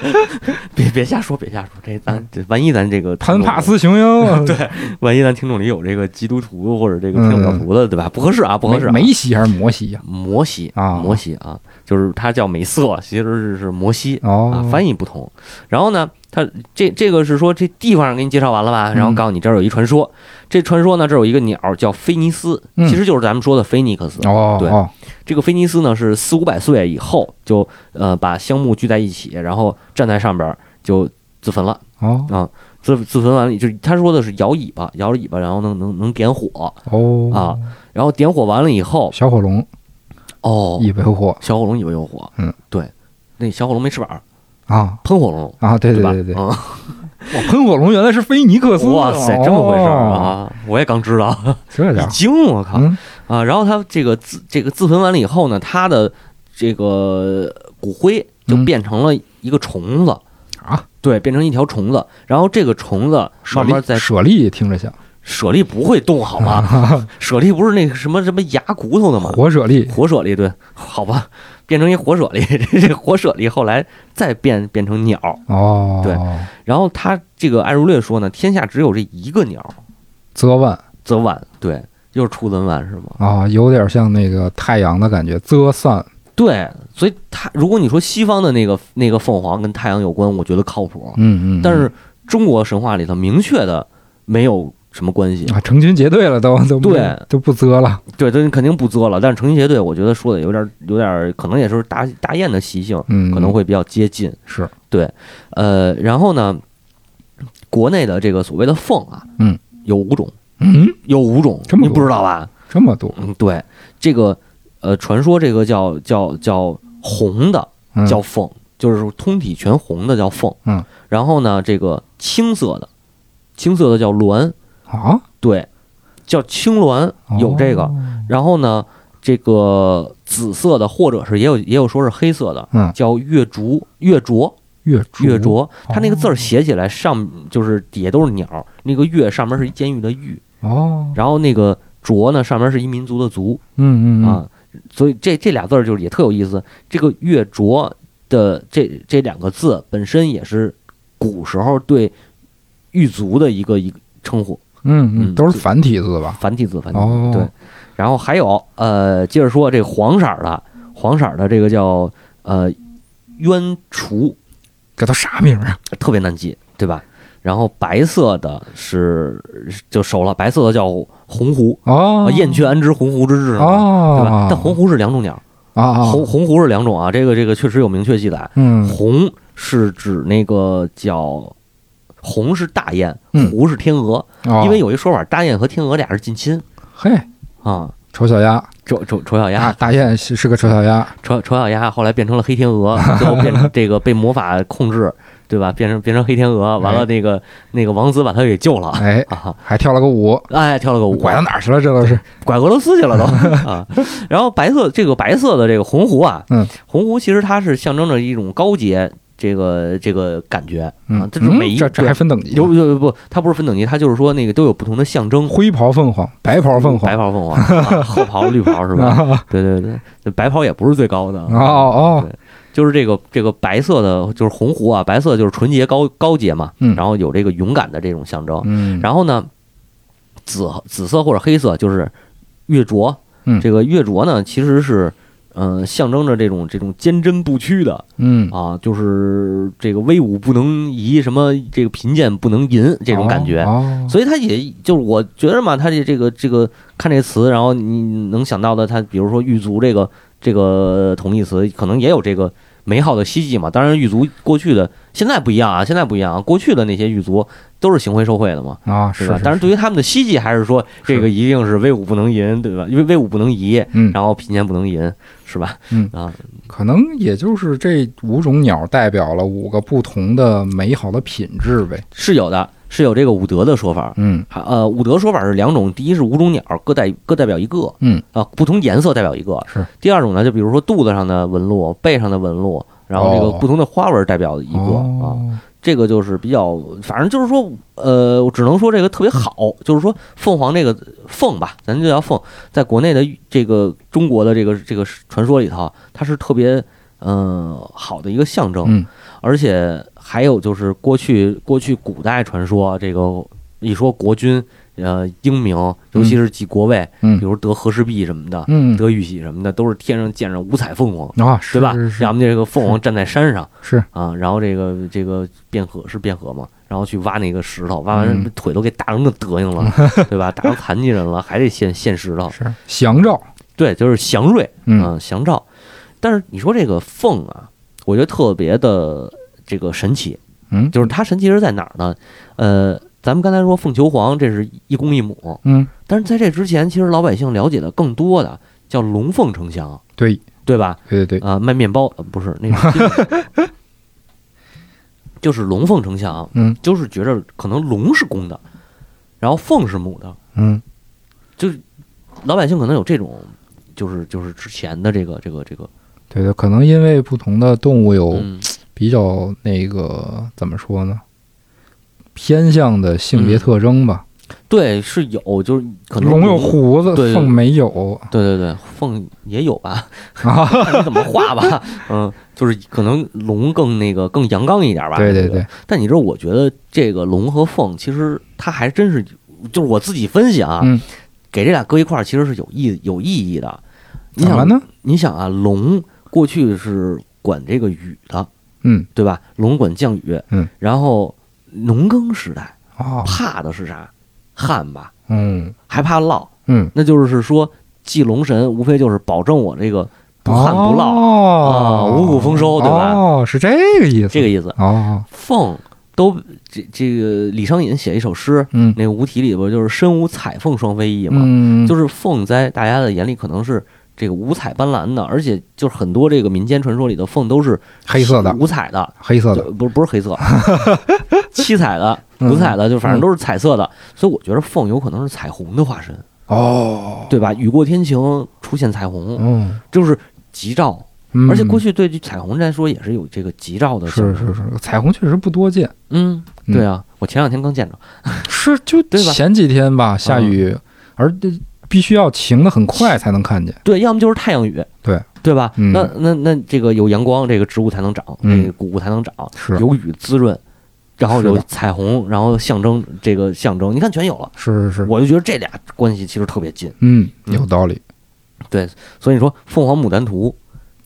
Speaker 2: 别别瞎说，别瞎说，这咱这万一咱这个嗯
Speaker 1: 潘帕斯雄鹰，对，
Speaker 2: 万一咱听众里有这个基督徒或者这个天主教徒的，对吧？不合适啊，不合适啊。
Speaker 1: 梅梅西还是摩西呀？
Speaker 2: 摩西
Speaker 1: 啊
Speaker 2: 摩西啊，就是他叫美瑟，其实是是摩西啊，
Speaker 1: 哦，
Speaker 2: 翻译不同。然后呢，他这这个是说这地方给你介绍完了吧？然后
Speaker 1: 嗯
Speaker 2: 告诉你这儿有一传说，这传说呢这儿有一个鸟叫菲尼斯，
Speaker 1: 嗯
Speaker 2: 其实就是咱们说的菲尼克斯。
Speaker 1: 哦
Speaker 2: 对
Speaker 1: 哦，
Speaker 2: 这个菲尼斯呢是四五百岁以后就呃把香木聚在一起，然后站在上边儿就自焚了。
Speaker 1: 哦
Speaker 2: 自自焚完了，就是他说的是摇尾巴，摇着尾巴，然后能能能点火，
Speaker 1: 哦
Speaker 2: 啊，然后点火完了以后，
Speaker 1: 小火龙
Speaker 2: 哦，
Speaker 1: 一尾火
Speaker 2: 小火龙尾巴有火，
Speaker 1: 嗯，
Speaker 2: 对，那小火龙没翅膀，
Speaker 1: 啊
Speaker 2: 喷火龙，
Speaker 1: 啊，对对
Speaker 2: 吧？
Speaker 1: 对对，
Speaker 2: 嗯
Speaker 1: 哇喷火龙原来是菲尼克斯，
Speaker 2: 哇塞，这么回事儿
Speaker 1: 哦，
Speaker 2: 啊！我也刚知道，
Speaker 1: 这
Speaker 2: 一
Speaker 1: 家伙，
Speaker 2: 惊我靠
Speaker 1: 嗯
Speaker 2: 啊！然后他这个自这个自焚完了以后呢，他的这个骨灰就
Speaker 1: 嗯
Speaker 2: 变成了一个虫子，
Speaker 1: 啊，
Speaker 2: 对，变成一条虫子。然后这个虫子
Speaker 1: 舍
Speaker 2: 慢慢
Speaker 1: 利
Speaker 2: 在
Speaker 1: 舍利听着像
Speaker 2: 舍利不会动 好吗？舍利不是那个什么什么牙骨头的吗？
Speaker 1: 火舍利，
Speaker 2: 活舍利对，好吧，变成一活舍利， 这这活舍利后来再变变成鸟，
Speaker 1: 哦，
Speaker 2: 对，然后他这个艾如略说呢，天下只有这一个鸟，
Speaker 1: 泽万
Speaker 2: 则晚，对，又是出则晚是吗？
Speaker 1: 啊，有点像那个太阳的感觉，泽散
Speaker 2: 对，所以他如果你说西方的那个那个凤凰跟太阳有关，我觉得靠谱，
Speaker 1: 嗯嗯，
Speaker 2: 但是中国神话里头明确的没有什么关系，
Speaker 1: 啊，成群结队了都都不
Speaker 2: 对
Speaker 1: 都不遮了，
Speaker 2: 对，这肯定不作了。但是成群结队，我觉得说的有点有点，可能也是大大雁的习性，
Speaker 1: 嗯，
Speaker 2: 可能会比较接近。
Speaker 1: 是
Speaker 2: 呃，然后呢，国内的这个所谓的凤啊，
Speaker 1: 嗯，
Speaker 2: 有五种，
Speaker 1: 嗯，
Speaker 2: 有五种，
Speaker 1: 这么
Speaker 2: 你
Speaker 1: 多
Speaker 2: 不知道吧？
Speaker 1: 这么多，
Speaker 2: 嗯，对，这个呃，传说这个叫叫叫红的
Speaker 1: 嗯
Speaker 2: 叫凤，就是通体全红的叫凤。
Speaker 1: 嗯，
Speaker 2: 然后呢，这个青色的，青色的叫鸾，
Speaker 1: 啊，
Speaker 2: 对，叫青鸾有这个。
Speaker 1: 哦
Speaker 2: 然后呢，这个紫色的，或者是也有也有说是黑色的，
Speaker 1: 嗯，
Speaker 2: 叫月竹、月啄、
Speaker 1: 月竹哦
Speaker 2: 月啄。它那个字儿写起来上就是底下都是鸟，那个月上面是一监狱的狱，
Speaker 1: 哦，
Speaker 2: 然后那个啄呢上面是一民族的族
Speaker 1: 嗯嗯嗯，
Speaker 2: 啊，所以这这俩字儿就是也特有意思。这个月啄的这这两个字本身也是古时候对狱卒的一个一个称呼，
Speaker 1: 嗯嗯，
Speaker 2: 嗯
Speaker 1: 都是繁体字吧？
Speaker 2: 繁体字，繁体字。
Speaker 1: 哦，
Speaker 2: 对，然后还有呃，接着说这黄色儿的，黄色儿的这个叫呃冤雏，
Speaker 1: 给它啥名儿啊？
Speaker 2: 特别难记，对吧？然后白色的是就熟了，白色的叫鸿鹄，
Speaker 1: 哦
Speaker 2: 啊，，燕雀安知鸿鹄之志上嘛，
Speaker 1: 哦，
Speaker 2: 对吧？但鸿鹄是两种鸟，
Speaker 1: 啊啊，
Speaker 2: 鸿鸿鹄是两种啊，这个这个确实有明确记载。
Speaker 1: 嗯
Speaker 2: 鸿是指那个叫鸿是大雁，
Speaker 1: 嗯
Speaker 2: 鹄是天鹅，
Speaker 1: 哦
Speaker 2: 因为有一说法，大雁和天鹅俩是近亲
Speaker 1: 嘿，
Speaker 2: 啊。
Speaker 1: 丑小鸭
Speaker 2: 丑丑丑小鸭
Speaker 1: 啊，，大雁是是个丑小鸭，
Speaker 2: 丑丑小鸭后来变成了黑天 鹅，最后变成这个被魔法控制，对吧？变成变成黑天鹅，完了
Speaker 1: 哎
Speaker 2: 那个那个王子把他给救了
Speaker 1: 哎，
Speaker 2: 啊！
Speaker 1: 还跳了个舞，
Speaker 2: 哎，跳了个舞，
Speaker 1: 拐到哪儿去了？这都是
Speaker 2: 拐俄罗斯 去了都啊！然后白色这个白色的这个鸿鹄啊，
Speaker 1: 嗯，
Speaker 2: 鸿鹄其实它是象征着一种高洁这个这个感觉啊
Speaker 1: 嗯，，
Speaker 2: 这是每
Speaker 1: 嗯
Speaker 2: 一
Speaker 1: 这这还分等级呢，
Speaker 2: 有有不，它不是分等级，它就是说那个都有不同的象征。
Speaker 1: 灰袍凤凰、白袍凤凰
Speaker 2: 白袍凤凰、 啊褐袍、绿袍是吧？
Speaker 1: 啊，
Speaker 2: 对对对，这白袍也不是最高的
Speaker 1: 哦哦，
Speaker 2: 对就是这个这个白色的，就是鸿鹄啊，白色就是纯洁高高洁嘛，
Speaker 1: 嗯
Speaker 2: 然后有这个勇敢的这种象征。
Speaker 1: 嗯，
Speaker 2: 然后呢，紫紫色或者黑色就是月镯，
Speaker 1: 嗯
Speaker 2: 这个月镯呢其实是。嗯、象征着这种这种坚贞不屈的
Speaker 1: 嗯
Speaker 2: 啊，就是这个威武不能移，什么这个贫贱不能淫这种感觉。
Speaker 1: 哦，
Speaker 2: 所以它也就是我觉得嘛，它这这个这个看这个词，然后你能想到的，它比如说狱卒这个这个同义词，可能也有这个美好的希冀嘛。当然，狱卒过去的现在不一样啊，现在不一样啊，过去的那些狱卒都是行贿受贿的嘛，
Speaker 1: 哦啊
Speaker 2: 对
Speaker 1: 是
Speaker 2: 吧？，
Speaker 1: 是
Speaker 2: 但是对于他们的希冀，还是说这个一定是威武不能淫，对吧？因为威武不能移，
Speaker 1: 嗯
Speaker 2: 然后贫贱不能淫，是吧？
Speaker 1: 嗯
Speaker 2: 啊，
Speaker 1: 可能也就是这五种鸟代表了五个不同的美好的品质呗。
Speaker 2: 是有的，是有这个武德的说法。
Speaker 1: 嗯
Speaker 2: 还呃，武德说法是两种，第一是五种鸟各代各代表一个，
Speaker 1: 嗯
Speaker 2: 啊，不同颜色代表一个
Speaker 1: 是。
Speaker 2: 第二种呢，就比如说肚子上的纹路、背上的纹路，然后这个
Speaker 1: 哦
Speaker 2: 不同的花纹代表一个、啊，
Speaker 1: 哦，
Speaker 2: 这个就是比较，反正就是说，呃，我只能说这个特别好，就是说凤凰这个凤吧，咱就叫凤，在国内的这个中国的这个这个传说里头，它是特别嗯、呃好的一个象征，
Speaker 1: 嗯
Speaker 2: 而且还有就是过去过去古代传说，这个一说国君，呃，英明，尤其是几国位，
Speaker 1: 嗯
Speaker 2: 比如得和氏璧什么的，
Speaker 1: 嗯
Speaker 2: 得玉玺什么的，都是天上见着五彩凤凰，
Speaker 1: 啊，是
Speaker 2: 对吧
Speaker 1: 是？是
Speaker 2: 要么这个凤凰站在山上
Speaker 1: 是
Speaker 2: 啊，然后这个这个汴河是汴河嘛，然后去挖那个石头，挖完
Speaker 1: 嗯
Speaker 2: 腿都给打成个德 行了，对吧？打成残疾人了，还得献献石头，
Speaker 1: 是祥兆，
Speaker 2: 对，就是祥瑞，
Speaker 1: 嗯
Speaker 2: 嗯，祥兆。但是你说这个凤啊，我觉得特别的这个神奇，
Speaker 1: 嗯，
Speaker 2: 就是它神奇是在哪儿呢？呃，咱们刚才说凤求凰，这是一公一母，
Speaker 1: 嗯
Speaker 2: 但是在这之前，其实老百姓了解的更多的叫龙凤呈祥，
Speaker 1: 对
Speaker 2: 对吧？
Speaker 1: 对对对，
Speaker 2: 啊、卖面包、呃不是那个 就是龙凤呈祥，
Speaker 1: 嗯
Speaker 2: 就是觉着可能龙是公的，然后凤是母的，
Speaker 1: 嗯
Speaker 2: 老百姓可能有这种，就是就是之前的这个这个这个，
Speaker 1: 对对，可能因为不同的动物有
Speaker 2: 嗯，
Speaker 1: 比较那个怎么说呢，偏向的性别特征吧。
Speaker 2: 对，是有，就是嗯可能
Speaker 1: 龙有
Speaker 2: 龙，
Speaker 1: 胡子
Speaker 2: 对，对
Speaker 1: 凤没有
Speaker 2: 对对对，凤也有吧，
Speaker 1: 啊。
Speaker 2: 看你怎么画吧， 嗯，就是可能龙更那个更阳刚一点吧，
Speaker 1: 对
Speaker 2: 这
Speaker 1: 对
Speaker 2: 个
Speaker 1: 对，
Speaker 2: 但你知道，我觉得这个龙和凤，其实它还真是，就是我自己分析啊，
Speaker 1: 嗯
Speaker 2: 给这俩搁一块儿，其实是有意有意义的。你
Speaker 1: 怎么
Speaker 2: 想，
Speaker 1: 呢？
Speaker 2: 你想啊，龙过去是管这个雨的，
Speaker 1: 嗯
Speaker 2: 对吧？龙管降雨，
Speaker 1: 嗯，
Speaker 2: 然后农耕时代
Speaker 1: 啊，
Speaker 2: 怕的是啥？旱吧，
Speaker 1: 嗯
Speaker 2: 还怕涝，
Speaker 1: 嗯，
Speaker 2: 那就是说祭龙神，无非就是保证我这个不旱不涝，
Speaker 1: 哦
Speaker 2: 啊五谷丰收对吧
Speaker 1: 哦，是这个意思。
Speaker 2: 这个意思。
Speaker 1: 哦，
Speaker 2: 凤都这这个李商隐写一首诗，
Speaker 1: 嗯
Speaker 2: 那个《无题》里边就是“身无彩凤双飞翼”嘛，
Speaker 1: 嗯，
Speaker 2: 就是凤在大家的眼里可能是这个五彩斑斓的，而且就是很多这个民间传说里的凤都是
Speaker 1: 黑色的、
Speaker 2: 五彩的，
Speaker 1: 黑色
Speaker 2: 就
Speaker 1: 的，
Speaker 2: 不是不是 黑色，七彩的、
Speaker 1: 嗯
Speaker 2: 五彩的，就反正都是彩色的，所以我觉得凤有可能是彩虹的化身，
Speaker 1: 哦，
Speaker 2: 对吧？雨过天晴出现彩虹，
Speaker 1: 嗯，
Speaker 2: 就是吉兆，
Speaker 1: 嗯
Speaker 2: 而且过去对彩虹来说也是有这个吉兆的，
Speaker 1: 是是，是，彩虹确实不多见，
Speaker 2: 嗯，
Speaker 1: 嗯
Speaker 2: 对啊，我前两天刚见着，
Speaker 1: 是就
Speaker 2: 对吧
Speaker 1: 前几天吧，嗯下雨，而且必须要晴的很快才能看见，
Speaker 2: 对，要么就是太阳雨，
Speaker 1: 对
Speaker 2: 对吧？
Speaker 1: 嗯
Speaker 2: 那那那这个有阳光，这个植物才能长，
Speaker 1: 嗯
Speaker 2: 这个谷物才能长，
Speaker 1: 是
Speaker 2: 有雨滋润，然后
Speaker 1: 是的
Speaker 2: 有彩虹，然后象征这个象征，你看全有了。
Speaker 1: 是是是，
Speaker 2: 我就觉得这俩关系其实特别近，
Speaker 1: 嗯，
Speaker 2: 嗯
Speaker 1: 有道理，
Speaker 2: 所以你说《凤凰牡丹图》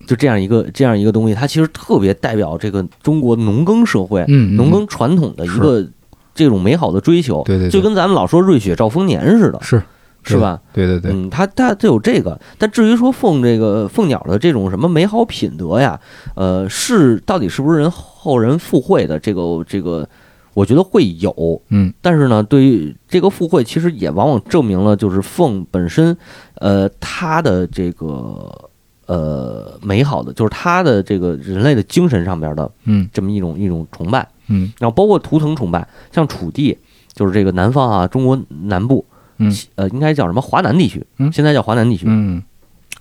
Speaker 2: 就这样一个这样一个东西，它其实特别代表这个中国农耕社会、
Speaker 1: 嗯，嗯
Speaker 2: 农耕传统的一个这种美好的追求，
Speaker 1: 对对对
Speaker 2: 就跟咱们老说“瑞雪兆丰年”似的，
Speaker 1: 是
Speaker 2: 是吧？
Speaker 1: 对对对，
Speaker 2: 嗯，它它就有这个。但至于说凤这个凤鸟的这种什么美好品德呀，呃，是到底是不是人后人附会的？这个这个，我觉得会有。
Speaker 1: 嗯，
Speaker 2: 但是呢，对于这个附会，其实也往往证明了就是凤本身，呃，它的这个呃美好的，就是它的这个人类的精神上边的
Speaker 1: 嗯
Speaker 2: 这么一种一种崇拜。
Speaker 1: 嗯
Speaker 2: 然后包括图腾崇拜，像楚地，就是这个南方啊，中国南部，
Speaker 1: 嗯
Speaker 2: 西呃，应该叫什么华南地区，
Speaker 1: 嗯
Speaker 2: 现在叫华南地区，
Speaker 1: 嗯，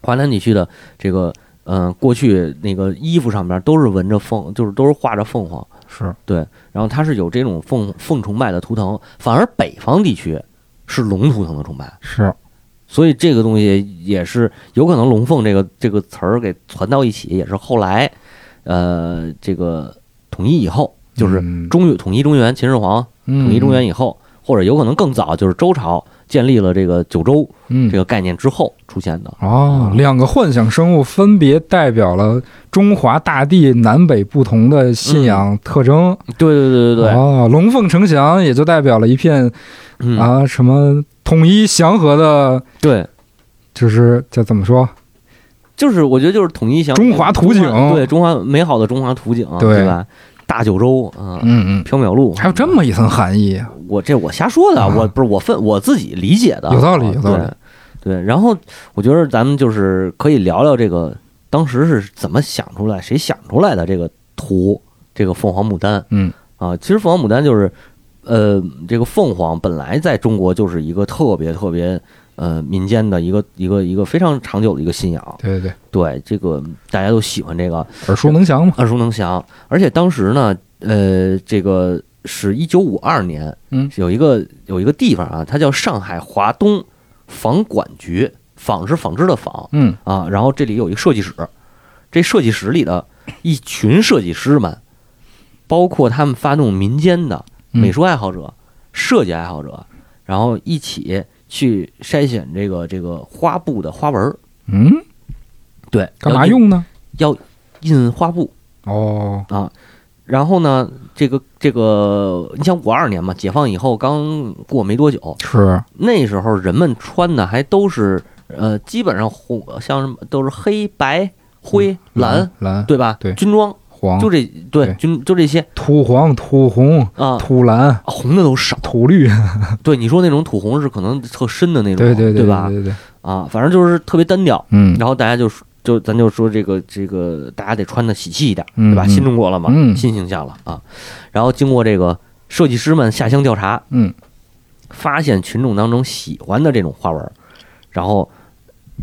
Speaker 2: 华南地区的这个，嗯、过去那个衣服上面都是纹着凤，就是都是画着凤凰，
Speaker 1: 是
Speaker 2: 然后它是有这种凤凤崇拜的图腾，反而北方地区是龙图腾的崇拜，
Speaker 1: 是，
Speaker 2: 所以这个东西也是有可能龙凤这个这个词儿给传到一起，也是后来，呃，这个统一以后，就是
Speaker 1: 嗯
Speaker 2: 中原统一中原，秦始皇
Speaker 1: 统
Speaker 2: 统一中
Speaker 1: 嗯
Speaker 2: 原以后，或者有可能更早，就是周朝建立了这个九州
Speaker 1: 嗯
Speaker 2: 这个概念之后出现的。
Speaker 1: 哦，两个幻想生物分别代表了中华大地南北不同的信仰特征。
Speaker 2: 对对对对对，
Speaker 1: 哦，龙凤呈祥也就代表了一片、
Speaker 2: 嗯，
Speaker 1: 啊什么统一祥和的，
Speaker 2: 对，
Speaker 1: 就是叫怎么说？
Speaker 2: 就是我觉得就是统一想
Speaker 1: 中华图景
Speaker 2: 对中华美好的中华图景，
Speaker 1: 对
Speaker 2: 对吧？大九州啊，
Speaker 1: 嗯嗯，
Speaker 2: 缥缈录，
Speaker 1: 还有这么一层含义啊。
Speaker 2: 我这我瞎说的，
Speaker 1: 啊
Speaker 2: 我不是我分我自己理解的，
Speaker 1: 有道理
Speaker 2: 啊
Speaker 1: 有道理
Speaker 2: 对对，然后我觉得咱们就是可以聊聊这个当时是怎么想出来，谁想出来的这个图，这个凤凰牡丹，
Speaker 1: 嗯
Speaker 2: 啊，其实凤凰牡丹就是，呃，这个凤凰本来在中国就是一个特别特别呃民间的一个一个一个非常长久的一个信仰，
Speaker 1: 对对对，
Speaker 2: 对这个大家都喜欢这个
Speaker 1: 耳熟能详嘛。
Speaker 2: 耳熟能详，而且当时呢，呃，这个是一九五二年，
Speaker 1: 嗯
Speaker 2: 有一个有一个地方啊，它叫上海华东纺管局，纺是纺织的纺
Speaker 1: 嗯
Speaker 2: 啊，然后这里有一个设计室，这设计室里的一群设计师们，包括他们发动民间的
Speaker 1: 嗯
Speaker 2: 美术爱好者、设计爱好者，然后一起去筛选这个这个花布的花纹儿，
Speaker 1: 嗯，
Speaker 2: 对，
Speaker 1: 干嘛
Speaker 2: 要印
Speaker 1: 用呢？
Speaker 2: 印花布？
Speaker 1: 哦，
Speaker 2: 然后呢，这个这个，你想五二年嘛，解放以后刚过没多久，
Speaker 1: 是
Speaker 2: 那时候人们穿的还都是呃，基本上红像什么都是黑白灰蓝，
Speaker 1: 嗯蓝
Speaker 2: 对吧？
Speaker 1: 对
Speaker 2: 军装
Speaker 1: 黄
Speaker 2: 就这对
Speaker 1: 对
Speaker 2: 军就这些
Speaker 1: 土黄土红
Speaker 2: 啊，
Speaker 1: 土蓝
Speaker 2: 红的都少。
Speaker 1: 土绿，
Speaker 2: 对你说那种土红是可能特深的那种，
Speaker 1: 对对对
Speaker 2: 吧？
Speaker 1: 对对，
Speaker 2: 啊，反正就是特别单调。
Speaker 1: 嗯
Speaker 2: 然后大家就说就咱就说这个这个，大家得穿的喜气一点，
Speaker 1: 嗯
Speaker 2: 对吧？
Speaker 1: 嗯
Speaker 2: 新中国了嘛，
Speaker 1: 嗯
Speaker 2: 新形象了啊。然后经过这个设计师们下乡调查，
Speaker 1: 嗯
Speaker 2: 发现群众当中喜欢的这种花纹儿，然后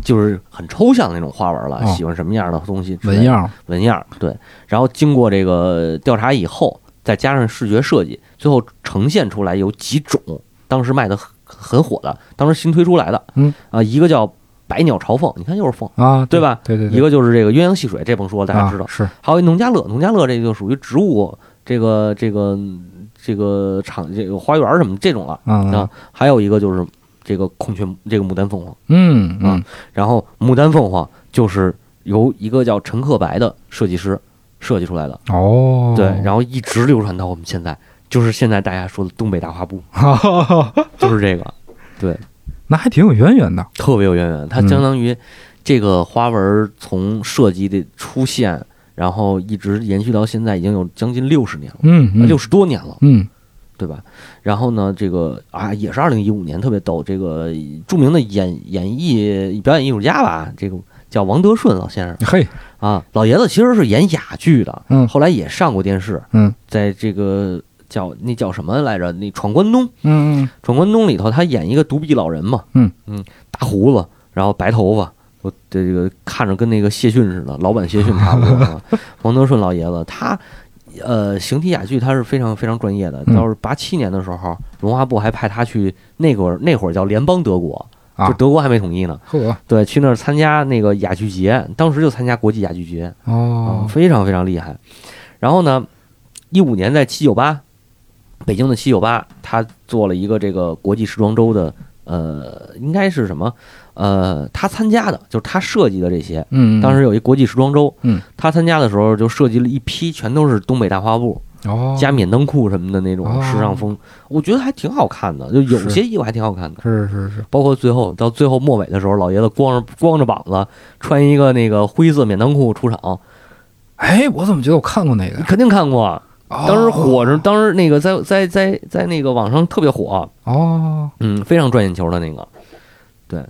Speaker 2: 就是很抽象的那种花纹儿了，
Speaker 1: 哦
Speaker 2: 喜欢什么样的东西之类的？
Speaker 1: 纹样儿
Speaker 2: 纹样儿对。然后经过这个调查以后，再加上视觉设计，最后呈现出来有几种当时卖的很很火的，当时新推出来的，
Speaker 1: 嗯
Speaker 2: 啊，一个叫百鸟朝凤，你看又是凤。
Speaker 1: 啊，
Speaker 2: 对吧
Speaker 1: 对对对，
Speaker 2: 一个就是这个鸳鸯戏水，这甭说，大家知道。
Speaker 1: 啊、是
Speaker 2: 还有一农家乐，农家乐这就属于植物，这个这个这个场这个花园什么这种了。
Speaker 1: 啊
Speaker 2: 啊，还有一个就是这个孔雀，这个牡丹凤凰。
Speaker 1: 嗯
Speaker 2: 啊
Speaker 1: 嗯
Speaker 2: 然后牡丹凤凰就是由一个叫陈克白的设计师设计出来的，
Speaker 1: 哦，
Speaker 2: 对，然后一直流传到我们现在，就是现在大家说的东北大花布，
Speaker 1: 后
Speaker 2: 就是这个，对，
Speaker 1: 那还挺有渊源的，
Speaker 2: 特别有渊源。它
Speaker 1: 嗯
Speaker 2: 相当于这个花纹从设计的出现，然后一直延续到现在，已经有将近六十年了，
Speaker 1: 嗯嗯，
Speaker 2: 六十多年了，
Speaker 1: 嗯
Speaker 2: 对吧？然后呢，这个啊，也是二零一五年特别逗，这个著名的演演艺表演艺术家吧，这个叫王德顺老先生
Speaker 1: 嘿
Speaker 2: 啊，老爷子其实是演哑剧的，
Speaker 1: 嗯
Speaker 2: 后来也上过电视，
Speaker 1: 嗯
Speaker 2: 在这个叫那叫什么来着？那《闯关东》《
Speaker 1: 嗯嗯
Speaker 2: 闯关东》里头，他演一个独臂老人嘛，
Speaker 1: 嗯
Speaker 2: 大胡子，然后白头发，我这这个看着跟那个谢逊似的，老版谢逊差不多 啊。王德顺老爷子，他呃，形体哑剧他是非常非常专业的。
Speaker 1: 嗯
Speaker 2: 到是八七年的时候，文化部还派他去那会儿那会儿叫联邦德国，
Speaker 1: 啊
Speaker 2: 就德国还没统一呢，
Speaker 1: 呵
Speaker 2: 对，去那儿参加那个哑剧节，当时就参加国际哑剧节，啊，
Speaker 1: 哦
Speaker 2: 非常非常厉害。然后呢，一五年在七九八，北京的七九八，他做了一个这个国际时装周的，呃，应该是什么？呃，他参加的，就是他设计的这些。
Speaker 1: 嗯，嗯
Speaker 2: 当时有一国际时装周，
Speaker 1: 嗯，
Speaker 2: 他参加的时候就设计了一批，全都是东北大花布、
Speaker 1: 哦
Speaker 2: 加免裆裤什么的那种
Speaker 1: 哦
Speaker 2: 时尚风，我觉得还挺好看的，就有
Speaker 1: 是
Speaker 2: 些衣服还挺好看的。
Speaker 1: 是是是，
Speaker 2: 包括最后到最后末尾的时候，老爷子光着光着膀子，穿一个那个灰色免裆裤出场，
Speaker 1: 哎，我怎么觉得我看过那个
Speaker 2: 你
Speaker 1: 呀？
Speaker 2: 肯定看过啊。
Speaker 1: 哦
Speaker 2: 当时火着，
Speaker 1: 着
Speaker 2: 当时那个在在在在那个网上特别火，
Speaker 1: 哦，
Speaker 2: 嗯，非常赚眼球的那个，对。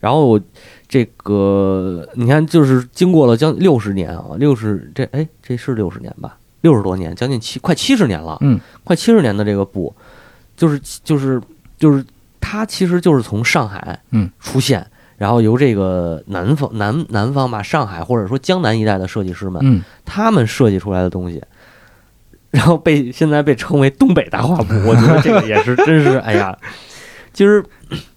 Speaker 2: 然后我这个你看，就是经过了将六十年啊，六十这哎这是六十年吧，六十多年，将近七快七十年了，
Speaker 1: 嗯，
Speaker 2: 快七十年的这个布，就是就是就是它其实就是从上海
Speaker 1: 嗯
Speaker 2: 出现，然后由这个南方南南方吧，上海或者说江南一带的设计师们，
Speaker 1: 嗯，
Speaker 2: 他们设计出来的东西，然后被现在被称为东北大花 布，我觉得这个也是真是哎呀，其实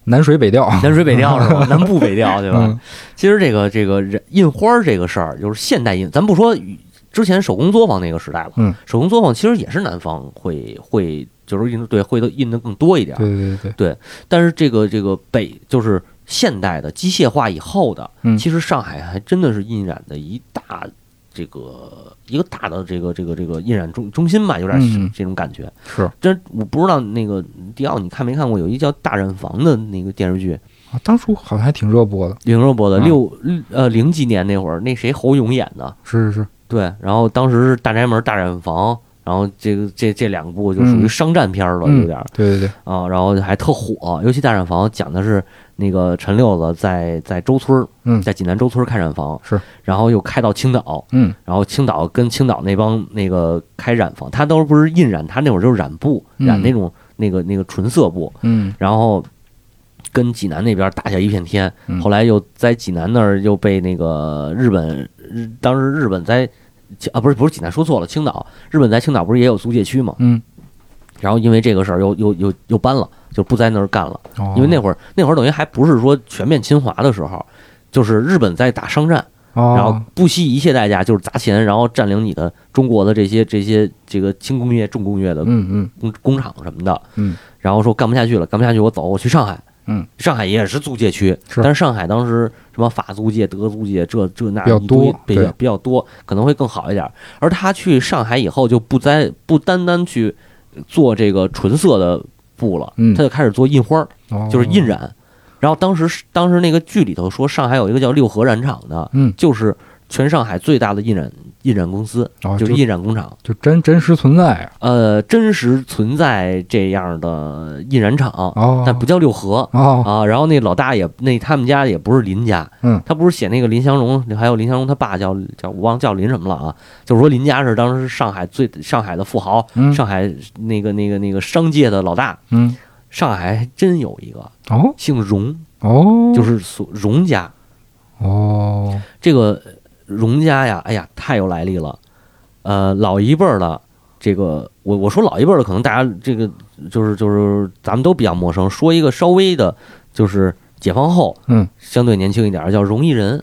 Speaker 1: 南水北调，
Speaker 2: 南水北调 是吧？南部北调对吧？
Speaker 1: 嗯
Speaker 2: 其实这个这个人印花儿这个事儿，就是现代印，咱不说与之前手工作坊那个时代了，
Speaker 1: 嗯
Speaker 2: 手工作坊其实也是南方会会就是印对会的印的更多一点儿，
Speaker 1: 对对对对，
Speaker 2: 但是这个这个北就是现代的机械化以后的，
Speaker 1: 嗯
Speaker 2: 其实上海还真的是印染的一大这个一个大的这个这个这个印染中中心吧，有点
Speaker 1: 嗯嗯
Speaker 2: 这种感觉。
Speaker 1: 是
Speaker 2: 真我不知道那个迪奥你看没看过，有一叫《大染坊》的那个电视剧，
Speaker 1: 啊，当初好像还挺热播的，
Speaker 2: 林若波的
Speaker 1: 嗯
Speaker 2: 六呃零几年那会儿，那谁侯勇演的，
Speaker 1: 是是是，
Speaker 2: 对，然后当时是《大宅门》《大染坊》。然后这个这这两部就属于
Speaker 1: 嗯
Speaker 2: 商战片儿了，有
Speaker 1: 嗯
Speaker 2: 点儿，
Speaker 1: 对对对，
Speaker 2: 啊，然后还特火，尤其大染坊讲的是那个陈六子在在周村儿，
Speaker 1: 嗯
Speaker 2: 在济南周村儿开染坊，
Speaker 1: 是，
Speaker 2: 然后又开到青岛，
Speaker 1: 嗯
Speaker 2: 然后青岛跟青岛那帮那个开染坊，他都不是印染，他那会儿就是染布，
Speaker 1: 嗯
Speaker 2: 染那种那个那个纯色布，
Speaker 1: 嗯
Speaker 2: 然后跟济南那边打下一片天，
Speaker 1: 嗯
Speaker 2: 后来又在济南那儿又被那个日本，日当时日本在啊不是不是济南说错了，青岛，日本在青岛不是也有租界区嘛，
Speaker 1: 嗯，
Speaker 2: 然后因为这个事儿又又又又搬了，就不在那儿干了。
Speaker 1: 哦
Speaker 2: 因为那会儿那会儿等于还不是说全面侵华的时候，就是日本在打商战，
Speaker 1: 哦
Speaker 2: 然后不惜一切代价就是砸钱，然后占领你的中国的这些这些这个轻工业、重工业的
Speaker 1: 嗯嗯
Speaker 2: 工工厂什么的，
Speaker 1: 嗯，
Speaker 2: 然后说干不下去了，干不下去我走，我去上海。
Speaker 1: 嗯，
Speaker 2: 上海也是租界区，
Speaker 1: 是
Speaker 2: 但是上海当时什么法租界、德租界，这这那
Speaker 1: 比较
Speaker 2: 一堆
Speaker 1: 多
Speaker 2: 比
Speaker 1: 对
Speaker 2: 较比较多，可能会更好一点。而他去上海以后，就不再不单单去做这个纯色的布了，
Speaker 1: 嗯
Speaker 2: 他就开始做印花儿，
Speaker 1: 哦
Speaker 2: 嗯就是印染。然后当时是当时那个剧里头说，上海有一个叫六合染厂的，
Speaker 1: 嗯
Speaker 2: 就是全上海最大的印染印染公司，
Speaker 1: 哦
Speaker 2: 嗯就是
Speaker 1: 就
Speaker 2: 印染工厂。
Speaker 1: 就真真实存在啊，
Speaker 2: 呃，真实存在这样的印染厂，
Speaker 1: 哦，
Speaker 2: 但不叫六合
Speaker 1: 哦
Speaker 2: 啊。然后那老大也那他们家也不是林家，
Speaker 1: 嗯，
Speaker 2: 他不是写那个林祥荣，还有林祥荣他爸叫叫我忘了叫林什么了啊，就是说林家是当时上海最上海的富豪，
Speaker 1: 嗯
Speaker 2: 上海那个那个那个商界的老大。
Speaker 1: 嗯
Speaker 2: 上海还真有一个
Speaker 1: 哦
Speaker 2: 姓荣，
Speaker 1: 哦，
Speaker 2: 就是所荣家，
Speaker 1: 哦
Speaker 2: 这个荣家呀，哎呀，太有来历了。呃，老一辈儿的，这个我我说老一辈儿的，可能大家这个就是就是咱们都比较陌生。说一个稍微的，就是解放后，
Speaker 1: 嗯，
Speaker 2: 相对年轻一点儿，叫荣毅仁。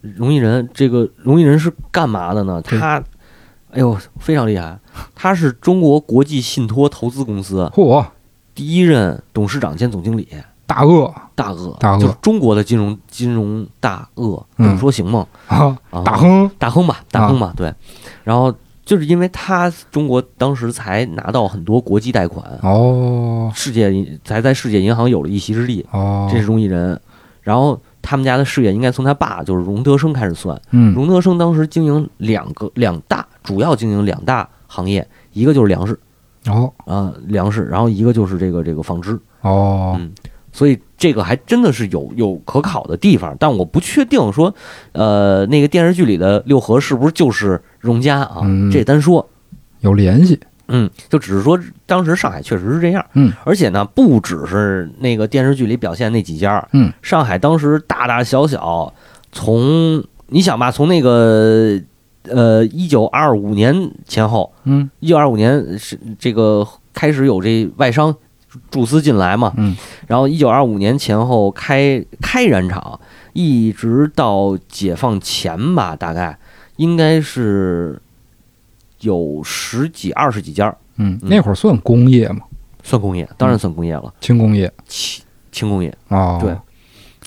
Speaker 2: 荣毅仁，这个荣毅仁是干嘛的呢？
Speaker 1: 对
Speaker 2: 他，哎呦，非常厉害，他是中国国际信托投资公司
Speaker 1: 嚯
Speaker 2: 第一任董事长兼总经理。
Speaker 1: 大鳄啊
Speaker 2: 大鳄，
Speaker 1: 大鳄
Speaker 2: 就是中国的金融金融大鳄，
Speaker 1: 嗯
Speaker 2: 这么说行吗？
Speaker 1: 啊，
Speaker 2: 啊，
Speaker 1: 大亨
Speaker 2: 大亨
Speaker 1: 啊
Speaker 2: 吧，大亨吧，对。然后就是因为他中国当时才拿到很多国际贷款，
Speaker 1: 哦
Speaker 2: 世界银才在世界银行有了一席之地，
Speaker 1: 哦，
Speaker 2: 这是中艺人。然后他们家的事业应该从他爸就是荣德生开始算。
Speaker 1: 嗯
Speaker 2: 荣德生当时经营两个两大，主要经营两大行业，一个就是粮食
Speaker 1: 哦
Speaker 2: 啊、粮食，然后一个就是这个这个纺织，
Speaker 1: 哦
Speaker 2: 嗯所以这个还真的是有有可考的地方，但我不确定说，呃，那个电视剧里的六合是不是就是荣家啊？
Speaker 1: 嗯
Speaker 2: 这也单说，
Speaker 1: 有联系，
Speaker 2: 嗯，就只是说当时上海确实是这样，
Speaker 1: 嗯，
Speaker 2: 而且呢，不只是那个电视剧里表现那几家，
Speaker 1: 嗯，
Speaker 2: 上海当时大大小小，从你想吧，从那个呃一九二五年前后，
Speaker 1: 嗯
Speaker 2: 一九二五年是这个开始有这外商注资进来嘛，
Speaker 1: 嗯，
Speaker 2: 然后一九二五年前后开开染厂，一直到解放前吧，大概应该是有十几二十几家儿，
Speaker 1: 嗯，
Speaker 2: 嗯
Speaker 1: 那会儿算工业嘛，
Speaker 2: 算工业，当然算工业了，
Speaker 1: 轻工业
Speaker 2: 轻轻工业。
Speaker 1: 哦，
Speaker 2: 对，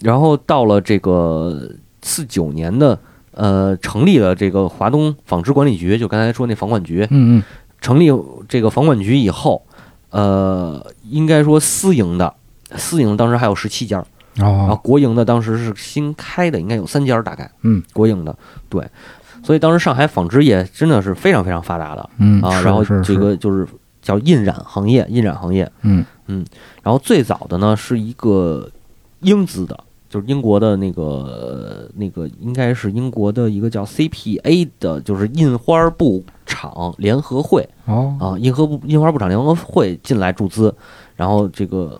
Speaker 2: 然后到了这个四九年的。呃，成立了这个华东纺织管理局，就刚才说那房管局，
Speaker 1: 嗯嗯
Speaker 2: 成立这个房管局以后，呃，应该说私营的，私营当时还有十七家，然后
Speaker 1: 哦
Speaker 2: 国营的当时是新开的，应该有三家大概，
Speaker 1: 嗯，
Speaker 2: 国营的对，所以当时上海纺织业真的是非常非常发达的
Speaker 1: 嗯
Speaker 2: 啊，
Speaker 1: 是
Speaker 2: 然后
Speaker 1: 是
Speaker 2: 这
Speaker 1: 是
Speaker 2: 个就是叫印染行业，印染行业，
Speaker 1: 嗯
Speaker 2: 然后最早的呢是一个英资的。就是英国的那个那个，应该是英国的一个叫 CPA 的，就是印花布厂联合会，
Speaker 1: 哦
Speaker 2: 啊，印花布印花布厂联合会进来注资，然后这个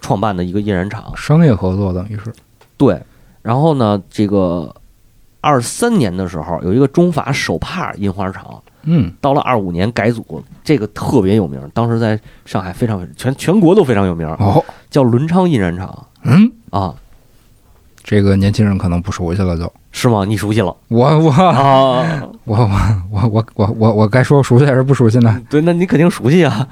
Speaker 2: 创办的一个印染厂。
Speaker 1: 商业合作等于是
Speaker 2: 对，然后呢，这个二三年的时候有一个中法手帕印花厂，
Speaker 1: 嗯
Speaker 2: 到了二五年改组，这个特别有名，当时在上海非常全全国都非常有名，
Speaker 1: 哦
Speaker 2: 叫伦昌印染厂
Speaker 1: 嗯，
Speaker 2: 啊，
Speaker 1: 这个年轻人可能不熟悉了就。
Speaker 2: 是吗？你熟悉了
Speaker 1: 我我
Speaker 2: 啊？
Speaker 1: 我我我我我我我该说熟悉还是不熟悉呢？
Speaker 2: 对，那你肯定熟悉啊，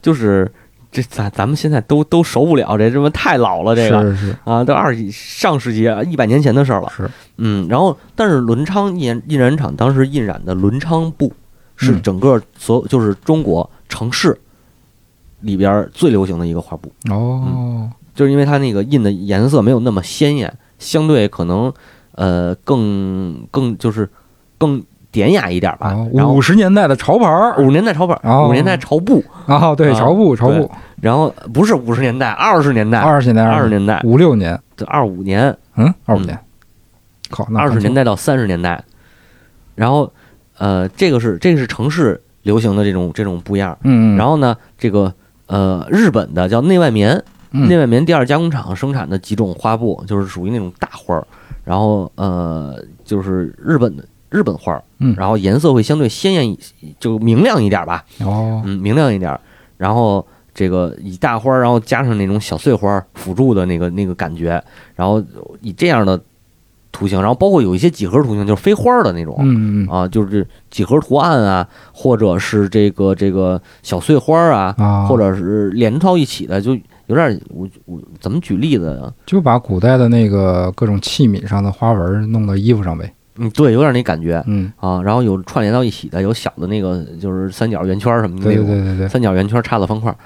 Speaker 2: 就是。这咱咱们现在都都熟不了，这这么太老了，这个
Speaker 1: 是是
Speaker 2: 啊，都二十几上世纪啊一百年前的事儿了。
Speaker 1: 是，
Speaker 2: 嗯，然后但是伦昌印印染厂当时印染的伦昌布是
Speaker 1: 嗯
Speaker 2: 整个所有就是中国城市里边儿最流行的一个花布，
Speaker 1: 哦，
Speaker 2: 就是因为它那个印的颜色没有那么鲜艳，相对可能呃更更就是更典雅一点儿吧。然后
Speaker 1: 哦五十年代的潮牌儿
Speaker 2: 五十年代潮本，
Speaker 1: 哦
Speaker 2: 五十年代潮布，
Speaker 1: 啊，对，
Speaker 2: 啊
Speaker 1: 潮布潮
Speaker 2: 对
Speaker 1: 布，
Speaker 2: 然后不是五十年代，二十年代，
Speaker 1: 二十年代
Speaker 2: 二十年代，
Speaker 1: 五六年，
Speaker 2: 二五年，
Speaker 1: 嗯，二五
Speaker 2: 嗯
Speaker 1: 年，靠，那
Speaker 2: 二十年
Speaker 1: 代，
Speaker 2: 代到三十年代，然后呃，这个是这个是城市流行的这种这种布样儿。
Speaker 1: 嗯，嗯
Speaker 2: 然后呢，这个呃，日本的叫内外棉，
Speaker 1: 嗯
Speaker 2: 内外棉第二加工厂生产的几种花布，就是属于那种大花儿，然后呃，就是日本的日本花儿，
Speaker 1: 嗯
Speaker 2: 然后颜色会相对鲜艳一，就明亮一点儿吧，
Speaker 1: 哦，
Speaker 2: 嗯，明亮一点儿，然后这个以大花儿，然后加上那种小碎花儿辅助的那个那个感觉，然后以这样的图形，然后包括有一些几何图形，就是飞花儿的那种。
Speaker 1: 嗯嗯
Speaker 2: 啊，就是几何图案啊，或者是这个这个小碎花儿啊，
Speaker 1: 嗯啊，
Speaker 2: 或者是连到一起的，就有点儿我我怎么举例子啊？
Speaker 1: 就把古代的那个各种器皿上的花纹儿弄到衣服上呗，
Speaker 2: 嗯，对，有点儿那感觉
Speaker 1: 嗯，
Speaker 2: 啊。然后有串联到一起的，有小的那个就是三角圆圈儿什么的
Speaker 1: 对
Speaker 2: 那种，
Speaker 1: 对对对对，
Speaker 2: 三角圆圈儿叉子方块儿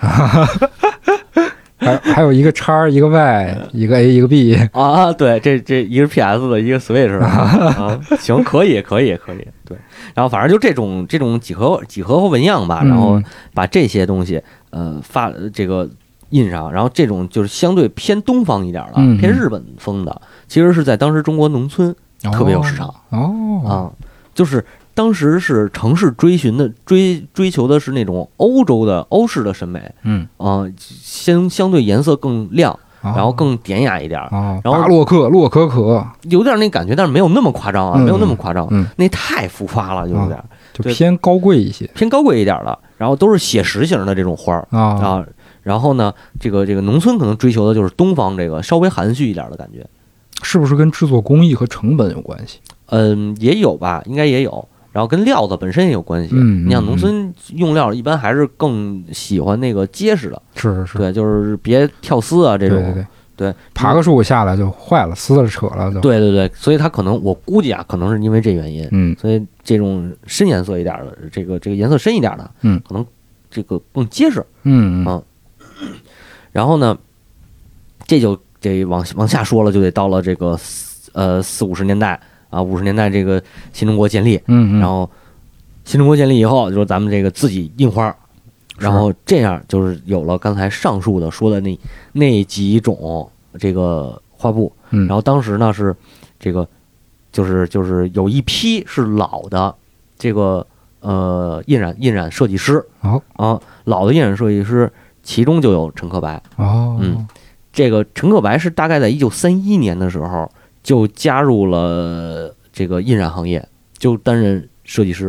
Speaker 1: 还还有一个叉儿，一个
Speaker 2: 嗯
Speaker 1: Y，一个 A，一个 B，
Speaker 2: 啊，对，这这一个是 PS 的，一个 Switch 的 啊，行，可以，可以，可以，对。然后反正就这种这种几何几何和纹样吧，啊然后
Speaker 1: 嗯
Speaker 2: 把这些东西呃发呃这个印上，然后这种就是相对偏东方一点了，
Speaker 1: 嗯嗯
Speaker 2: 偏日本风的，其实是在当时中国农村特别有市场
Speaker 1: 哦，
Speaker 2: 啊，就是。当时是城市追寻的追追求的是那种欧洲的欧式的审美
Speaker 1: 嗯，
Speaker 2: 啊、相相对颜色更亮，然后更典雅一点儿，
Speaker 1: 哦，
Speaker 2: 然后哦
Speaker 1: 巴洛克洛可可
Speaker 2: 有点那感觉，但是没有那么夸张啊，
Speaker 1: 嗯
Speaker 2: 没有那么夸张，
Speaker 1: 嗯
Speaker 2: 那太浮夸了，有点、
Speaker 1: 就
Speaker 2: 对
Speaker 1: 偏高贵一些
Speaker 2: 偏高贵一点了。然后都是写实型的这种花儿
Speaker 1: 啊，
Speaker 2: 啊，然后呢，这个这个农村可能追求的就是东方这个稍微含蓄一点的感觉，
Speaker 1: 是不是跟制作工艺和成本有关系？
Speaker 2: 嗯，也有吧，应该也有。然后跟料子本身也有关系，
Speaker 1: 嗯
Speaker 2: 你像
Speaker 1: 嗯
Speaker 2: 农村用料一般还是更喜欢那个结实的，
Speaker 1: 是是是，
Speaker 2: 对，就是别跳丝啊这
Speaker 1: 对
Speaker 2: 种，
Speaker 1: 对对，
Speaker 2: 对
Speaker 1: 爬个树下来就坏了，撕了扯了就，
Speaker 2: 对对对，所以它可能我估计啊，可能是因为这原因，
Speaker 1: 嗯
Speaker 2: 所以这种深颜色一点儿的，这个这个颜色深一点儿的，
Speaker 1: 嗯
Speaker 2: 可能这个更结实。
Speaker 1: 嗯
Speaker 2: 啊
Speaker 1: 嗯
Speaker 2: 然后呢，这就这往往下说了，就得到了这个呃四五十年代啊，五十年代这个新中国建立，
Speaker 1: 嗯，嗯
Speaker 2: 然后新中国建立以后，就是咱们这个自己印花儿，然后这样就是有了刚才上述的说的那那几种这个花布。
Speaker 1: 嗯，
Speaker 2: 然后当时呢是这个就是就是有一批是老的这个呃印染印染设计师
Speaker 1: 哦
Speaker 2: 啊，老的印染设计师，其中就有陈克白。
Speaker 1: 哦，
Speaker 2: 嗯这个陈克白是大概在一九三一年的时候就加入了这个印染行业，就担任设计师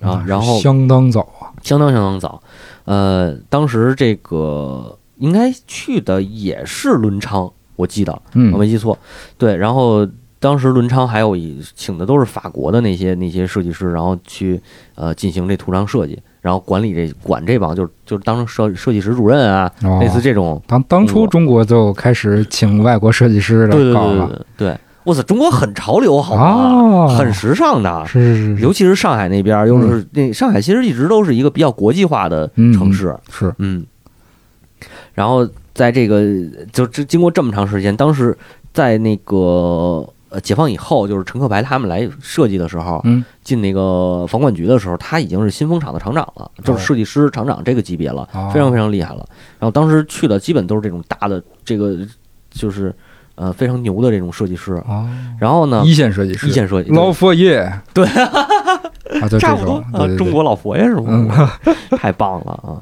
Speaker 2: 啊
Speaker 1: 那，
Speaker 2: 然后
Speaker 1: 相当早啊，
Speaker 2: 相当相当早。呃，当时这个应该去的也是伦昌，我记得，
Speaker 1: 嗯
Speaker 2: 我没记错。对，然后当时伦昌还有一请的都是法国的那些那些设计师，然后去呃进行这图章设计，然后管理这管这帮就是就是当成设设计师主任啊，
Speaker 1: 哦
Speaker 2: 类似这种。
Speaker 1: 当当初中国就开始请外国设计师
Speaker 2: 嗯对对
Speaker 1: 来搞
Speaker 2: 对
Speaker 1: 了，
Speaker 2: 对对，我操，中国很潮流，好吗？
Speaker 1: 哦，
Speaker 2: 很时尚的，
Speaker 1: 是是是
Speaker 2: 尤其是上海那边儿，又是那上海其实一直都是一个比较国际化的
Speaker 1: 嗯
Speaker 2: 城市，
Speaker 1: 是，
Speaker 2: 嗯，然后在这个就这经过这么长时间，当时在那个呃解放以后，就是陈克白他们来设计的时候，
Speaker 1: 嗯
Speaker 2: 进那个房管局的时候，他已经是新风厂的厂长了，就是设计师厂长这个级别了，
Speaker 1: 哦
Speaker 2: 非常非常厉害了。然后当时去的基本都是这种大的，这个就是呃非常牛的这种设计师。
Speaker 1: 哦，
Speaker 2: 然后呢，
Speaker 1: 一线设计师，
Speaker 2: 嗯一线设计
Speaker 1: 老佛爷，
Speaker 2: 对
Speaker 1: 啊，就
Speaker 2: 差
Speaker 1: 这
Speaker 2: 不多
Speaker 1: 种，
Speaker 2: 啊
Speaker 1: 对，对
Speaker 2: 中
Speaker 1: 对，
Speaker 2: 国老佛爷是
Speaker 1: 嗯
Speaker 2: 吗？ 太棒了啊！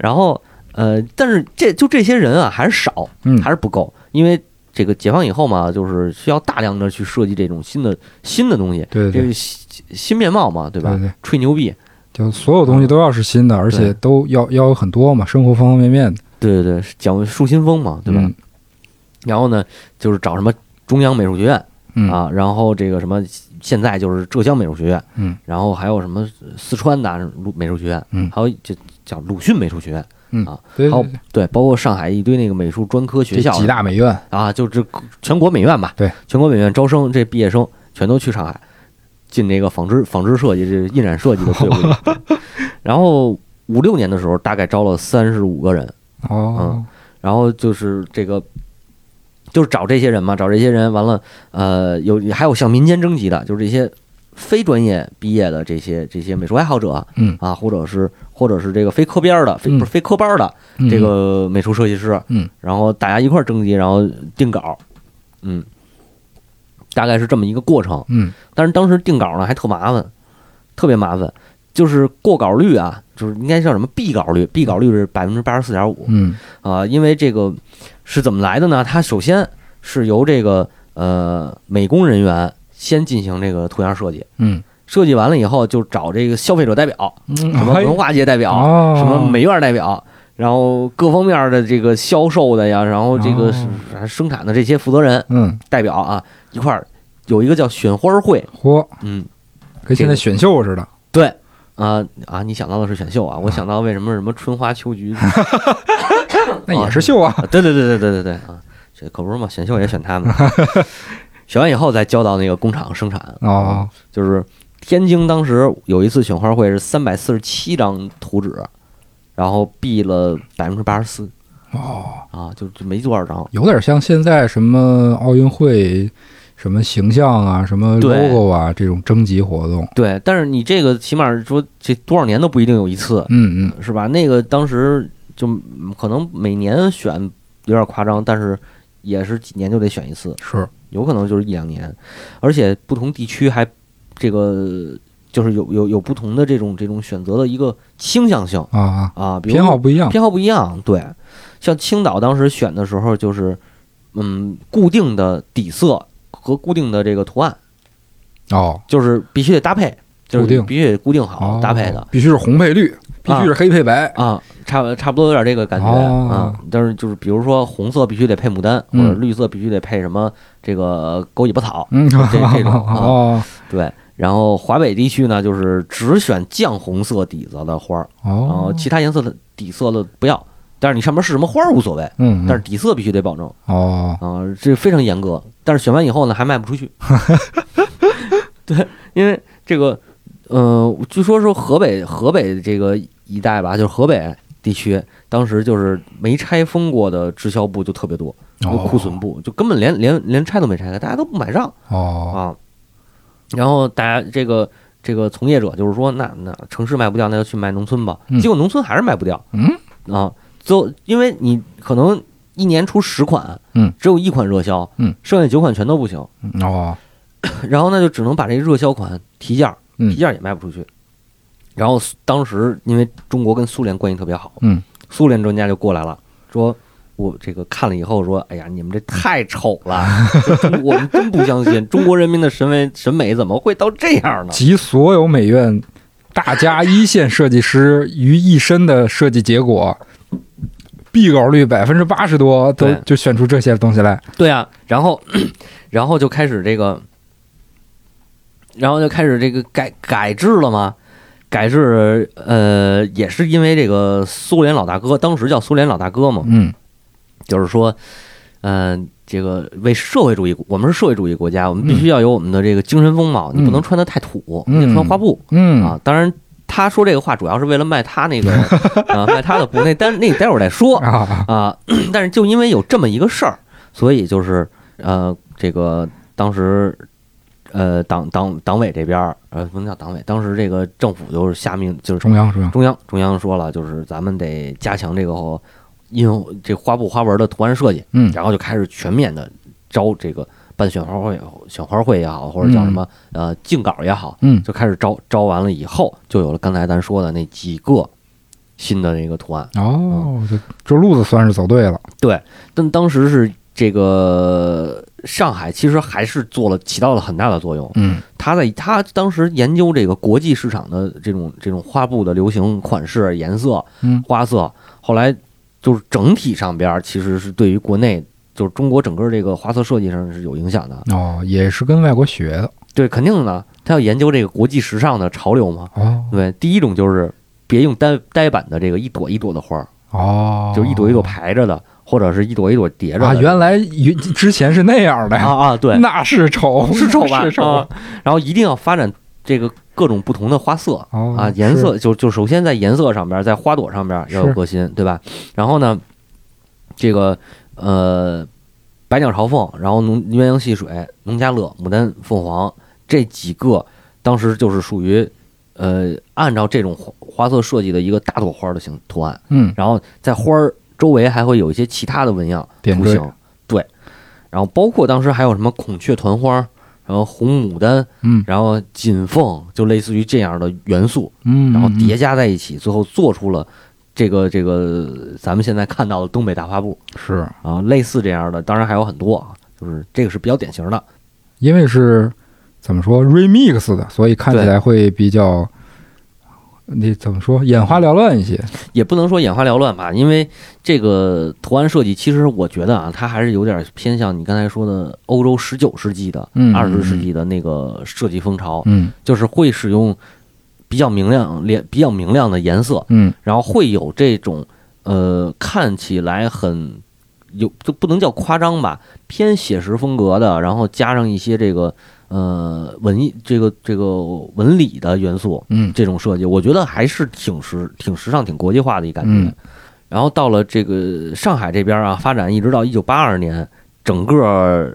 Speaker 2: 然后呃，但是这就这些人啊，还是少，
Speaker 1: 嗯，
Speaker 2: 还是不够，因为这个解放以后嘛，就是需要大量的去设计这种新的新的东西，
Speaker 1: 对嗯
Speaker 2: 这
Speaker 1: 对
Speaker 2: 个新新面貌嘛，对
Speaker 1: 对
Speaker 2: 吧？嗯
Speaker 1: 对对，
Speaker 2: 吹牛逼，
Speaker 1: 就所有东西都要是新的，而且都要要有很多嘛，生活方方面面的，
Speaker 2: 对对对，讲树新风嘛，对吧？
Speaker 1: 嗯
Speaker 2: 然后呢，就是找什么中央美术学院、
Speaker 1: 嗯
Speaker 2: 啊，然后这个什么现在就是浙江美术学院，
Speaker 1: 嗯，
Speaker 2: 然后还有什么四川的鲁美术学院，
Speaker 1: 嗯
Speaker 2: 还有就叫鲁迅美术学院，
Speaker 1: 嗯
Speaker 2: 啊，
Speaker 1: 对
Speaker 2: 还有
Speaker 1: 对对
Speaker 2: 对，包括上海一堆那个美术专科学
Speaker 1: 这
Speaker 2: 校
Speaker 1: 几大美院，
Speaker 2: 啊，就这全国美院吧，
Speaker 1: 对，
Speaker 2: 全国美院招生这毕业生全都去上海进这个纺织纺织设计这印染设计的队伍里。 对然后五六年的时候，大概招了三十五个人，
Speaker 1: 哦，
Speaker 2: 然后就是这个。就是找这些人嘛，找这些人完了，呃，有还有向民间征集的，就是这些非专业毕业的这些这些美术爱好者
Speaker 1: 嗯，
Speaker 2: 啊，或者是或者是这个非科边儿的，非
Speaker 1: 嗯
Speaker 2: 不是非科班儿的，
Speaker 1: 嗯
Speaker 2: 这，个美术设计师，
Speaker 1: 嗯，
Speaker 2: 然后大家一块儿征集，然后定稿，嗯，大概是这么一个过程。
Speaker 1: 嗯，
Speaker 2: 但是当时定稿呢还特麻烦，特别麻烦，就是过稿率啊，就是应该叫什么毕稿率，毕稿率是百分之八十四点五
Speaker 1: 嗯
Speaker 2: 啊，因为这个是怎么来的呢？它首先是由这个呃美工人员先进行这个图样设计，
Speaker 1: 嗯，
Speaker 2: 设计完了以后就找这个消费者代表，
Speaker 1: 什
Speaker 2: 嗯什么文化界代表，
Speaker 1: 嗯哎哦
Speaker 2: 什么美院代表，然后各方面的这个销售的呀，然后这个是生产的这些负责人
Speaker 1: 嗯，
Speaker 2: 代表啊，一块儿有一个叫选花会，
Speaker 1: 嚯，
Speaker 2: 嗯，
Speaker 1: 跟现在选秀似的，
Speaker 2: 对，啊、啊，你想到的是选秀啊，我想到为什么什么春花秋 菊，啊
Speaker 1: 那也是秀啊，
Speaker 2: 对对对对对对对啊，这可不是嘛，选秀也选 他们，选完以后再交到那个工厂生产，
Speaker 1: 哦，
Speaker 2: 就是天津当时有一次选花会是三百四十七张图纸，然后毙了百分之八十四。
Speaker 1: 哦，
Speaker 2: 啊，就就没多少张。
Speaker 1: 有点像现在什么奥运会。什么形象啊，什么
Speaker 2: 对
Speaker 1: logo 啊，这种征集活动，
Speaker 2: 对，但是你这个起码说这多少年都不一定有一次，
Speaker 1: 嗯嗯，
Speaker 2: 是吧？那个当时就嗯可能每年选有点夸张，但是也是几年就得选一次，
Speaker 1: 是，
Speaker 2: 有可能就是一两年，而且不同地区还这个就是有有有不同的这种这种选择的一个倾向性
Speaker 1: 啊啊，
Speaker 2: 啊，比如
Speaker 1: 偏好不一样。
Speaker 2: 偏好不一样，对。像青岛当时选的时候，就是嗯，固定的底色和固定的这个图案。
Speaker 1: 哦，
Speaker 2: 就是必须得搭配，就
Speaker 1: 固
Speaker 2: 是
Speaker 1: 定
Speaker 2: 必须得固定好
Speaker 1: 哦
Speaker 2: 搭配的，
Speaker 1: 必须是红配绿，必须是黑配白。
Speaker 2: 啊，差不差不多有点这个感觉
Speaker 1: 哦
Speaker 2: 啊。但是就是比如说红色必须得配牡丹，或
Speaker 1: 嗯
Speaker 2: 者绿色必须得配什么这个狗尾巴草，
Speaker 1: 嗯，
Speaker 2: 这这种啊
Speaker 1: 哦
Speaker 2: 对。然后华北地区呢，就是只选绛红色底子的花儿，然后
Speaker 1: 哦，
Speaker 2: 其他颜色的底色的不要。但是你上面是什么花儿无所谓，
Speaker 1: 嗯，嗯
Speaker 2: 但是底色必须得保证
Speaker 1: 哦，
Speaker 2: 啊，这非常严格。但是选完以后呢，还卖不出去。 对，因为这个，呃，据说说河北河北这个一带吧，就是河北地区，当时就是没拆封过的直销部就特别多，那个库存部就根本连连连拆都没拆开，大家都不买账
Speaker 1: 哦，
Speaker 2: 啊。然后大家这个这个从业者就是说，那那城市卖不掉，那就去卖农村吧
Speaker 1: 嗯。
Speaker 2: 结果农村还是卖不掉
Speaker 1: 嗯，
Speaker 2: 啊，就因为你可能一年出十款，
Speaker 1: 嗯，
Speaker 2: 只有一款热销，
Speaker 1: 嗯，
Speaker 2: 剩下九款全都不行。
Speaker 1: 哦，
Speaker 2: 然后呢，就只能把这个热销款提价，
Speaker 1: 嗯
Speaker 2: 提价也卖不出去。然后苏当时因为中国跟苏联关系特别好，
Speaker 1: 嗯，
Speaker 2: 苏联专家就过来了，说我这个看了以后说，哎呀，你们这太丑了，这中我们真不相信中国人民的审美审美怎么会到这样呢？
Speaker 1: 集所有美院大家一线设计师于一身的设计结果。毕稿率百分之八十多，都
Speaker 2: 对
Speaker 1: 就选出这些东西来。
Speaker 2: 对啊，然后 然后就开始这个，然后就开始这个改改制了嘛。改制，呃，也是因为这个苏联老大哥，当时叫苏联老大哥嘛，
Speaker 1: 嗯
Speaker 2: 就是说，嗯、这个为社会主义国，我们是社会主义国家，我们必须要有我们的这个精神风貌，
Speaker 1: 嗯
Speaker 2: 你不能穿的太土，
Speaker 1: 嗯
Speaker 2: 你得穿花布、
Speaker 1: 嗯
Speaker 2: 啊。当然，他说这个话主要是为了卖他 那个啊，卖他的布，那但那待会儿再说
Speaker 1: 啊，
Speaker 2: 啊。 但是就因为有这么一个事儿，所以就是呃，这个当时。呃，党党党委这边儿，呃，不能叫党委，当时这个政府就是下命，就是
Speaker 1: 中央中央，
Speaker 2: 中央中央说了，就是咱们得加强这个印这花布花纹的图案设计，
Speaker 1: 嗯
Speaker 2: 然后就开始全面的招这个办选花会、选花会也好，或者叫什么、呃竞稿也好，
Speaker 1: 嗯
Speaker 2: 就开始招招完了以后，就有了刚才咱说的那几个新的那个图案。
Speaker 1: 哦，这这路子算是走对了。
Speaker 2: 但当时是这个上海其实还是做了起到了很大的作用，
Speaker 1: 嗯
Speaker 2: 他在他当时研究这个国际市场的这种这种花布的流行款式、颜色、
Speaker 1: 嗯
Speaker 2: 花色，后来就是整体上边儿其实是对于国内就是中国整个这个花色设计上是有影响的。
Speaker 1: 哦，也是跟外国学的。
Speaker 2: 对，肯定的，他要研究这个国际时尚的潮流嘛。
Speaker 1: 哦
Speaker 2: 对，第一种就是别用呆呆板的这个一朵一朵的花儿，
Speaker 1: 哦，
Speaker 2: 就是一朵一朵排着的，或者是一朵一朵叠着的。
Speaker 1: 啊，原来原之前是那样的
Speaker 2: 啊
Speaker 1: 呀，
Speaker 2: 啊，对，
Speaker 1: 那是丑，
Speaker 2: 是丑吧？
Speaker 1: 是丑。
Speaker 2: 啊然后一定要发展这个各种不同的花色
Speaker 1: 哦
Speaker 2: 啊，颜色就就首先在颜色上边，在花朵上边要有
Speaker 1: 是
Speaker 2: 革新，对吧？然后呢，这个呃，百鸟朝凤，然后农鸳鸯戏水、农家乐、牡丹凤凰这几个，当时就是属于呃，按照这种花花色设计的一个大朵花的形图案，
Speaker 1: 嗯，
Speaker 2: 然后在花儿周围还会有一些其他的纹样
Speaker 1: 点
Speaker 2: 图
Speaker 1: 缀
Speaker 2: 形，对。然后包括当时还有什么孔雀团花，然后红牡丹，
Speaker 1: 嗯
Speaker 2: 然后锦凤，就类似于这样的元素，
Speaker 1: 嗯，
Speaker 2: 然后叠加在一起，最后做出了这个这个咱们现在看到的东北大花布
Speaker 1: 是
Speaker 2: 啊，类似这样的，当然还有很多啊，就是这个是比较典型的。
Speaker 1: 因为是怎么说 remix 的，所以看起
Speaker 2: 对
Speaker 1: 来会比较那怎么说眼花缭乱一些。
Speaker 2: 也不能说眼花缭乱吧，因为这个图案设计，其实我觉得啊，它还是有点偏向你刚才说的欧洲十九世纪的、
Speaker 1: 嗯
Speaker 2: 二十世纪的那个设计风潮，
Speaker 1: 嗯
Speaker 2: 就是会使用比较明亮、连比较明亮的颜色，
Speaker 1: 嗯
Speaker 2: 然后会有这种呃看起来很有就不能叫夸张吧，偏写实风格的，然后加上一些这个呃文艺这个这个文理的元素，
Speaker 1: 嗯
Speaker 2: 这种设计，我觉得还是挺时、挺时尚、挺国际化的一感觉。
Speaker 1: 嗯
Speaker 2: 然后到了这个上海这边啊，发展一直到一九八二年，整个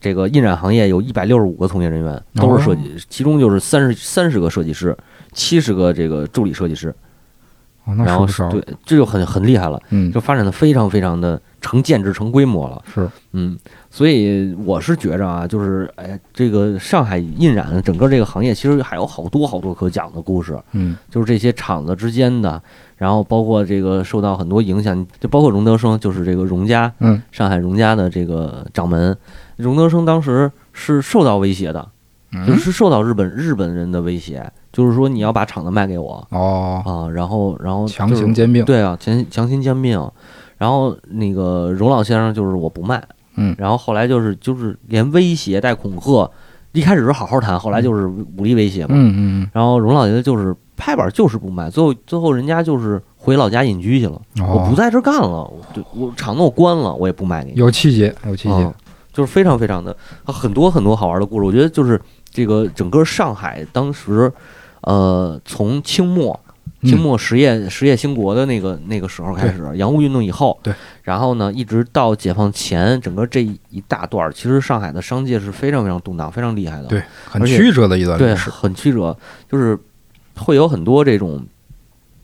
Speaker 2: 这个印染行业有一百六十五个从业人员，
Speaker 1: 哦
Speaker 2: 都是设计，其中就是三十三十个设计师，七十个这个助理设计师，
Speaker 1: 哦，那
Speaker 2: 然
Speaker 1: 是
Speaker 2: 后
Speaker 1: 不少。
Speaker 2: 对，这就很很厉害了，
Speaker 1: 嗯
Speaker 2: 就发展的非常非常的成建制、成规模了。
Speaker 1: 是
Speaker 2: 嗯，所以我是觉着啊，就是哎，这个上海印染整个这个行业，其实还有好多好多可讲的故事。
Speaker 1: 嗯
Speaker 2: 就是这些厂子之间的，然后包括这个受到很多影响，就包括荣德生，就是这个荣家，
Speaker 1: 嗯
Speaker 2: 上海荣家的这个掌门，荣德生当时是受到威胁的，就
Speaker 1: 嗯
Speaker 2: 是受到日本日本人的威胁，就是说你要把厂子卖给我
Speaker 1: 哦，
Speaker 2: 啊，然后然后
Speaker 1: 强
Speaker 2: 就是
Speaker 1: 行兼并。
Speaker 2: 对啊，强强行兼并，然后那个荣老先生就是我不卖，
Speaker 1: 嗯
Speaker 2: 然后后来就是就是连威胁带恐吓，一开始是好好谈，后来就是武力威胁嘛，
Speaker 1: 嗯嗯
Speaker 2: 然后荣老爷子就是拍板就是不卖，最后最后人家就是回老家隐居去了，
Speaker 1: 嗯，
Speaker 2: 我不
Speaker 1: 哦，
Speaker 2: 在这儿干了，我就我厂子我关了，我也不卖给你。
Speaker 1: 有气节，有气节
Speaker 2: 嗯。就是非常非常的啊很多很多好玩的故事，我觉得就是这个整个上海当时，呃，从清末
Speaker 1: 嗯
Speaker 2: 清末实业实业兴国的那个那个时候开始，洋务运动以后，
Speaker 1: 对，
Speaker 2: 然后呢，一直到解放前，整个这一大段儿，其实上海的商界是非常非常动荡、非常厉害的，
Speaker 1: 对，很
Speaker 2: 而且
Speaker 1: 曲折的一段
Speaker 2: 对，
Speaker 1: 历史。
Speaker 2: 很曲折，就是会有很多这种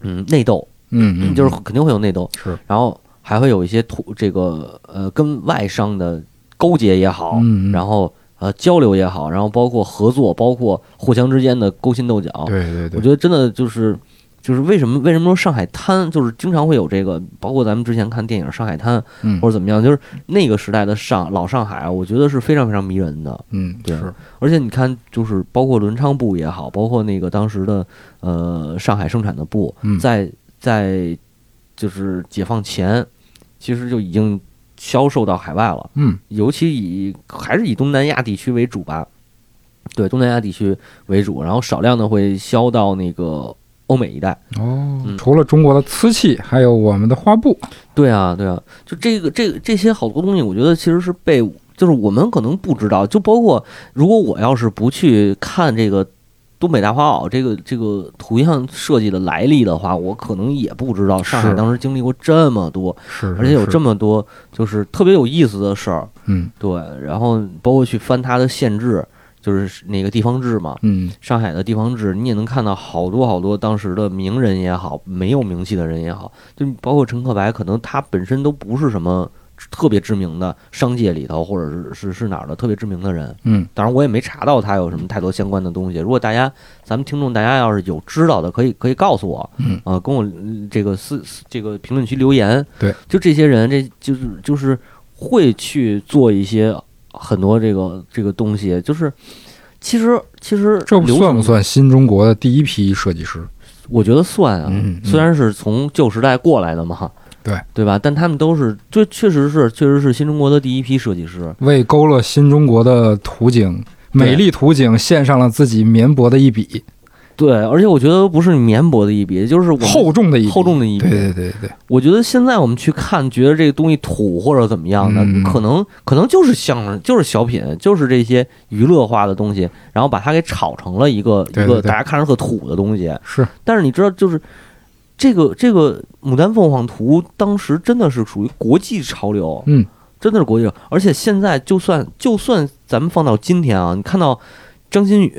Speaker 2: 嗯内斗，
Speaker 1: 嗯嗯，
Speaker 2: 就是肯定会有内斗，
Speaker 1: 是，
Speaker 2: 然后还会有一些土这个呃跟外商的勾结也好，
Speaker 1: 嗯，嗯
Speaker 2: 然后呃交流也好，然后包括合作，包括互相之间的勾心斗角，
Speaker 1: 对对对，
Speaker 2: 我觉得真的就是就是为什么为什么说上海滩就是经常会有这个，包括咱们之前看电影《上海滩》
Speaker 1: 嗯
Speaker 2: 或者怎么样，就是那个时代的上老上海啊，我觉得是非常非常迷人的。
Speaker 1: 嗯
Speaker 2: 对
Speaker 1: 是，
Speaker 2: 而且你看，就是包括轮昌部也好，包括那个当时的呃上海生产的部，
Speaker 1: 嗯
Speaker 2: 在在就是解放前，其实就已经销售到海外了。
Speaker 1: 嗯
Speaker 2: 尤其以还是以东南亚地区为主吧，对东南亚地区为主，然后少量的会销到那个欧美一带。
Speaker 1: 哦
Speaker 2: 嗯，
Speaker 1: 除了中国的瓷器，还有我们的花布，
Speaker 2: 对啊，对啊，就这个这个这些好多东西，我觉得其实是被就是我们可能不知道，就包括如果我要是不去看这个。东北大花袄这个这个图像设计的来历的话，我可能也不知道上海
Speaker 1: 是
Speaker 2: 当时经历过这么多，
Speaker 1: 是，
Speaker 2: 而且有这
Speaker 1: 么
Speaker 2: 么多就是特别有意思的事儿。
Speaker 1: 嗯
Speaker 2: 对，然后包括去翻它的县志，就是那个地方志嘛，
Speaker 1: 嗯
Speaker 2: 上海的地方志，你也能看到好多好多当时的名人也好，没有名气的人也好，就包括陈克白，可能他本身都不是什么特别知名的商界里头，或者是是是哪儿的特别知名的人。
Speaker 1: 嗯
Speaker 2: 当然，我也没查到他有什么太多相关的东西。如果大家咱们听众大家要是有知道的，可以可以告诉我，
Speaker 1: 嗯
Speaker 2: 啊，跟我嗯这个私私这个评论区留言。
Speaker 1: 对，
Speaker 2: 就这些人，这就是就是会去做一些很多这个这个东西，就是其实其实
Speaker 1: 这不
Speaker 2: 流
Speaker 1: 算
Speaker 2: 程
Speaker 1: 不？算新中国的第一批设计师？
Speaker 2: 我觉得算啊，
Speaker 1: 嗯嗯
Speaker 2: 虽然是从旧时代过来的嘛，
Speaker 1: 对
Speaker 2: 对吧？但他们都是，这确实是确实是新中国的第一批设计师。
Speaker 1: 为勾勒新中国的图景，美丽图景献上了自己绵薄的一笔，
Speaker 2: 对，而且我觉得不是绵薄的一笔，就是我们
Speaker 1: 厚重的一笔，
Speaker 2: 厚重的一笔
Speaker 1: 对对对对，
Speaker 2: 我觉得现在我们去看，觉得这个东西土或者怎么样的，
Speaker 1: 嗯
Speaker 2: 可能可能就是相声，就是小品，就是这些娱乐化的东西，然后把它给炒成了一个
Speaker 1: 对对
Speaker 2: 一个
Speaker 1: 对
Speaker 2: 大家看着特土的东西。
Speaker 1: 是
Speaker 2: 但是你知道，就是这个这个《牡丹凤凰图》当时真的是属于国际潮流，
Speaker 1: 嗯，
Speaker 2: 真的是国际潮流。而且现在就算就算咱们放到今天啊，你看到张馨予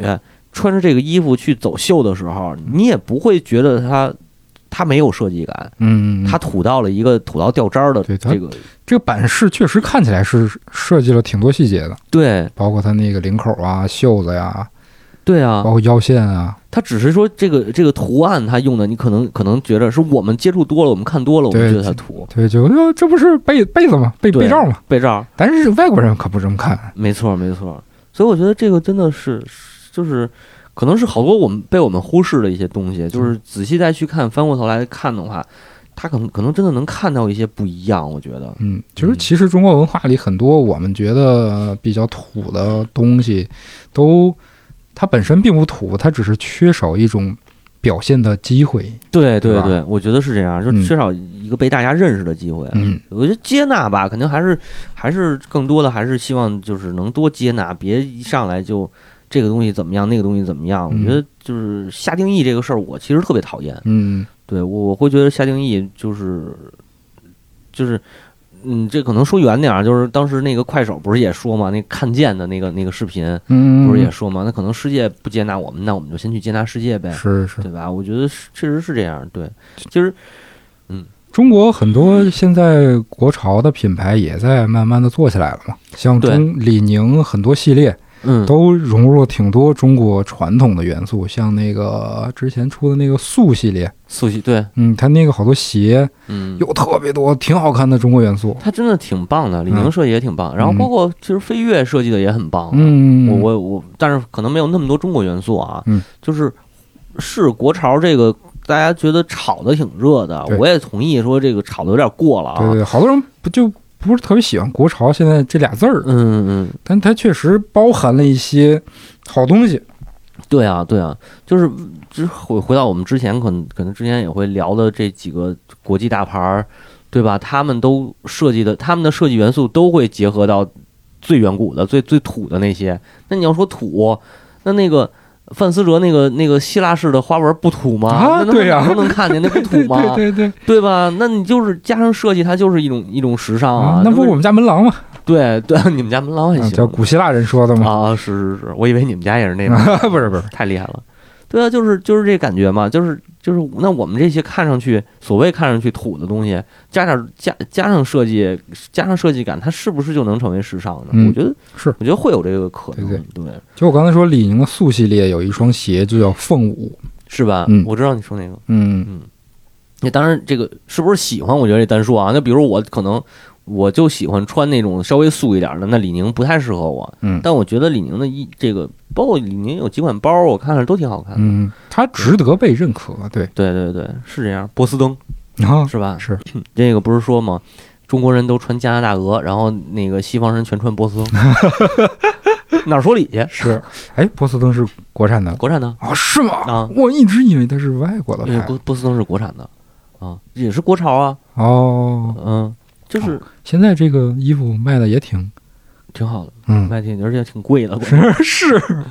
Speaker 2: 穿着这个衣服去走秀的时候，你也不会觉得她她没有设计感。
Speaker 1: 嗯，嗯嗯
Speaker 2: 他吐到了一个吐到掉渣儿的
Speaker 1: 对他
Speaker 2: 这个，
Speaker 1: 这个版式确实看起来是设计了挺多细节的，
Speaker 2: 对
Speaker 1: 包括它那个领口啊、袖子呀、
Speaker 2: 对啊
Speaker 1: 包，括腰线啊，
Speaker 2: 他只是说这个这个图案他用的，你可能可能觉得是我们接触多了，我们看多了，我们
Speaker 1: 对
Speaker 2: 觉得他土
Speaker 1: 对，就呃这不是被被子吗？被
Speaker 2: 对
Speaker 1: 被罩吗？
Speaker 2: 被罩儿，
Speaker 1: 但是外国人可不这么看，
Speaker 2: 没错没错。所以我觉得这个真的是就是可能是好多我们被我们忽视的一些东西，就是
Speaker 1: 嗯
Speaker 2: 仔细再去看，翻过头来看的话，他可能可能真的能看到一些不一样，我觉得。
Speaker 1: 嗯，就是
Speaker 2: 嗯
Speaker 1: 其实中国文化里很多我们觉得比较土的东西，都它本身并不土，它只是缺少一种表现的机会，
Speaker 2: 对
Speaker 1: 对吧
Speaker 2: 对对，我觉得是这样，就
Speaker 1: 嗯
Speaker 2: 缺少一个被大家认识的机会。啊
Speaker 1: 嗯，
Speaker 2: 我觉得接纳吧，肯定还是还是更多的还是希望就是能多接纳，别一上来就这个东西怎么样，那个东西怎么样。我
Speaker 1: 嗯
Speaker 2: 觉得就是下定义这个事儿，我其实特别讨厌。
Speaker 1: 嗯
Speaker 2: 对我我会觉得下定义就是就是。嗯，这可能说远点儿，就是当时那个快手不是也说嘛，那看见的那个那个视频
Speaker 1: 嗯，
Speaker 2: 不是也说嘛，那可能世界不接纳我们，那我们就先去接纳世界呗，
Speaker 1: 是是，
Speaker 2: 对吧？我觉得是确实是这样，对，其实
Speaker 1: 中国很多现在国潮的品牌也在慢慢的做起来了嘛，像
Speaker 2: 对
Speaker 1: 中李宁很多系列
Speaker 2: 嗯，
Speaker 1: 都融入了挺多中国传统的元素，像那个之前出的那个素系列，
Speaker 2: 素系对，
Speaker 1: 嗯，它那个好多鞋
Speaker 2: 嗯，
Speaker 1: 有特别多挺好看的中国元素，
Speaker 2: 他真的挺棒的，李宁
Speaker 1: 嗯
Speaker 2: 设计也挺棒，然后包括其实飞跃设计的也很棒。
Speaker 1: 嗯，
Speaker 2: 哦我我我，但是可能没有那么多中国元素啊。
Speaker 1: 嗯
Speaker 2: 就是是国潮这个，大家觉得炒的挺热的，
Speaker 1: 对
Speaker 2: 我也同意说这个炒的有点过了啊。
Speaker 1: 对对，对好多人不就不是特别喜欢国潮现在这俩字儿，
Speaker 2: 嗯嗯，
Speaker 1: 但它确实包含了一些好东西，
Speaker 2: 对啊对啊，就是之回回到我们之前可能可能之前也会聊的这几个国际大牌儿，对吧？他们都设计的，他们的设计元素都会结合到最远古的、最最土的那些。那你要说土，那那个范思哲那个那个希腊式的花纹不土吗？
Speaker 1: 啊
Speaker 2: 那能
Speaker 1: 对呀
Speaker 2: 都能看见，那不土
Speaker 1: 对
Speaker 2: 吗？
Speaker 1: 对对
Speaker 2: 对吧？那你就是加上设计，它就是一种一种时尚啊。
Speaker 1: 那不
Speaker 2: 为
Speaker 1: 是我们家门廊吗？
Speaker 2: 对对， 你们家门廊还
Speaker 1: 啊
Speaker 2: 行
Speaker 1: 叫古希腊人说的吗？
Speaker 2: 啊，是是是，我以为你们家也是 那种，
Speaker 1: 不是不是，
Speaker 2: 太厉害了。对啊，就是就是这感觉嘛，就是就是那我们这些看上去所谓看上去土的东西，加点加加上设计，加上设计感，它是不是就能成为时尚呢？
Speaker 1: 嗯
Speaker 2: 我觉得
Speaker 1: 是，
Speaker 2: 我觉得会有这个可能，
Speaker 1: 对
Speaker 2: 对
Speaker 1: 就我刚才说，李宁的素系列有一双鞋就叫凤舞，
Speaker 2: 是吧？
Speaker 1: 嗯
Speaker 2: 我知道你说那个，
Speaker 1: 嗯
Speaker 2: 那当然，这个是不是喜欢？我觉得这单说啊，那比如我可能我就喜欢穿那种稍微素一点的，那李宁不太适合我。
Speaker 1: 嗯
Speaker 2: 但我觉得李宁的衣这个，包括李宁有几款包，我看着都挺好看的。
Speaker 1: 嗯，它值得被认可，对，
Speaker 2: 对对对，是这样。波司登
Speaker 1: 然后
Speaker 2: 是吧？
Speaker 1: 是
Speaker 2: 这个不是说吗？中国人都穿加拿大鹅，然后那个西方人全穿波 司登，哪儿说理去？
Speaker 1: 是，哎，波司登是国产的
Speaker 2: 国产的
Speaker 1: 啊？是吗？
Speaker 2: 啊，
Speaker 1: 我一直以为它是外国的
Speaker 2: 因为
Speaker 1: 牌
Speaker 2: 波波司登是国产的啊，也是国潮啊，
Speaker 1: 哦。
Speaker 2: 嗯，就是
Speaker 1: 现在这个衣服卖的也挺，
Speaker 2: 挺好的，
Speaker 1: 嗯，
Speaker 2: 卖挺而且挺贵的，关键
Speaker 1: 是是，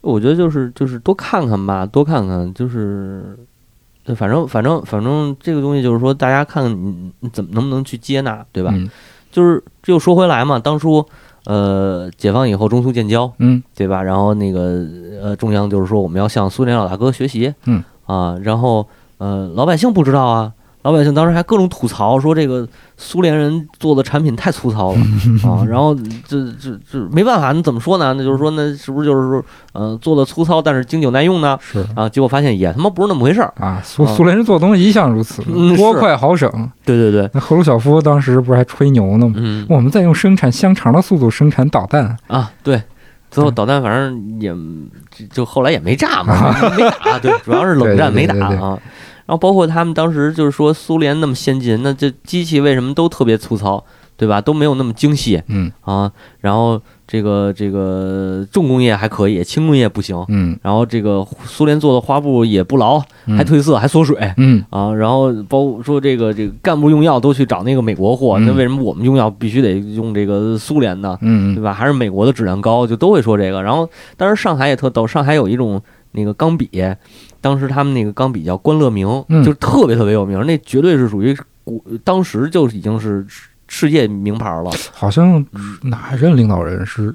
Speaker 2: 我觉得就是就是多看看吧，多看看，就是，对，反正反正反正这个东西就是说，大家看看你你怎么能不能去接纳，对吧？
Speaker 1: 嗯
Speaker 2: 就是这又说回来嘛，当初呃解放以后中苏建交，
Speaker 1: 嗯
Speaker 2: 对吧？然后那个呃中央就是说我们要向苏联老大哥学习，
Speaker 1: 嗯
Speaker 2: 啊，然后呃老百姓不知道啊，老百姓当时还各种吐槽说这个苏联人做的产品太粗糙 了啊，然后这这这没办法，你怎么说呢？那就是说那是不是就是说呃做的粗糙，但是经久耐用呢？
Speaker 1: 是
Speaker 2: 啊，结果发现也他妈不是那么回事儿。
Speaker 1: 啊，苏
Speaker 2: 啊
Speaker 1: 苏联人做东西一向如此
Speaker 2: 嗯，
Speaker 1: 多
Speaker 2: 是
Speaker 1: 快好省。
Speaker 2: 对对对，
Speaker 1: 那赫鲁晓夫当时不是还吹牛呢吗？
Speaker 2: 嗯
Speaker 1: 我们在用生产香肠的速度生产导弹，
Speaker 2: 啊对。最后导弹反正也就就后来也没炸 嘛，没打，对，主要是冷战
Speaker 1: 对
Speaker 2: 没
Speaker 1: 对对
Speaker 2: 打
Speaker 1: 对对
Speaker 2: 啊。然后包括他们当时就是说苏联那么先进，那这机器为什么都特别粗糙，对吧？都没有那么精细
Speaker 1: 嗯
Speaker 2: 啊。然后这个这个重工业还可以，轻工业不行。
Speaker 1: 嗯，
Speaker 2: 然后这个苏联做的花布也不牢，
Speaker 1: 嗯
Speaker 2: 还褪色，还缩水。
Speaker 1: 嗯
Speaker 2: 啊，然后包括说这个这个干部用药都去找那个美国货，
Speaker 1: 嗯
Speaker 2: 那为什么我们用药必须得用这个苏联呢？
Speaker 1: 嗯嗯
Speaker 2: 对吧？还是美国的质量高，就都会说这个。然后当时上海也特逗，上海有一种那个钢笔，当时他们那个钢笔叫关乐明，
Speaker 1: 嗯
Speaker 2: 就是特别特别有名，那绝对是属于古，当时就已经是世世界名牌了。
Speaker 1: 好像哪任领导人是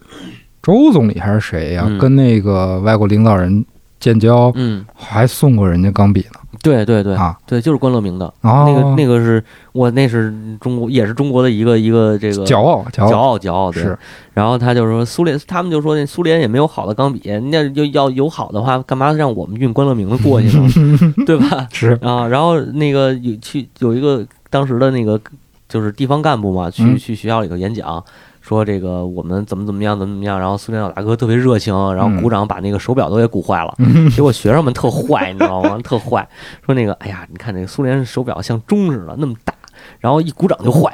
Speaker 1: 周总理还是谁呀
Speaker 2: 嗯？
Speaker 1: 跟那个外国领导人建交，
Speaker 2: 嗯，
Speaker 1: 还送过人家钢笔呢
Speaker 2: 对对对，
Speaker 1: 啊！
Speaker 2: 对，就是关乐明的。
Speaker 1: 哦，
Speaker 2: 那个那个是我那是中国也是中国的一个一个这个
Speaker 1: 骄傲骄
Speaker 2: 骄
Speaker 1: 傲
Speaker 2: 傲，骄傲，对。
Speaker 1: 是
Speaker 2: 然后他就说苏联，他们就说那苏联也没有好的钢笔，那就要有好的话，干嘛让我们运关乐明的过去呢？ 对吧？
Speaker 1: 是，
Speaker 2: 啊，然后那个有去有一个当时的那个就是地方干部嘛，去、
Speaker 1: 嗯
Speaker 2: 去学校里头演讲。说这个我们怎么怎么样怎么怎么样，然后苏联老大哥特别热情，然后鼓掌把那个手表都给鼓坏了，结果学生们特坏，你知道吗？特坏，说那个哎呀，你看这个苏联手表像钟似的那么大，然后一鼓掌就坏，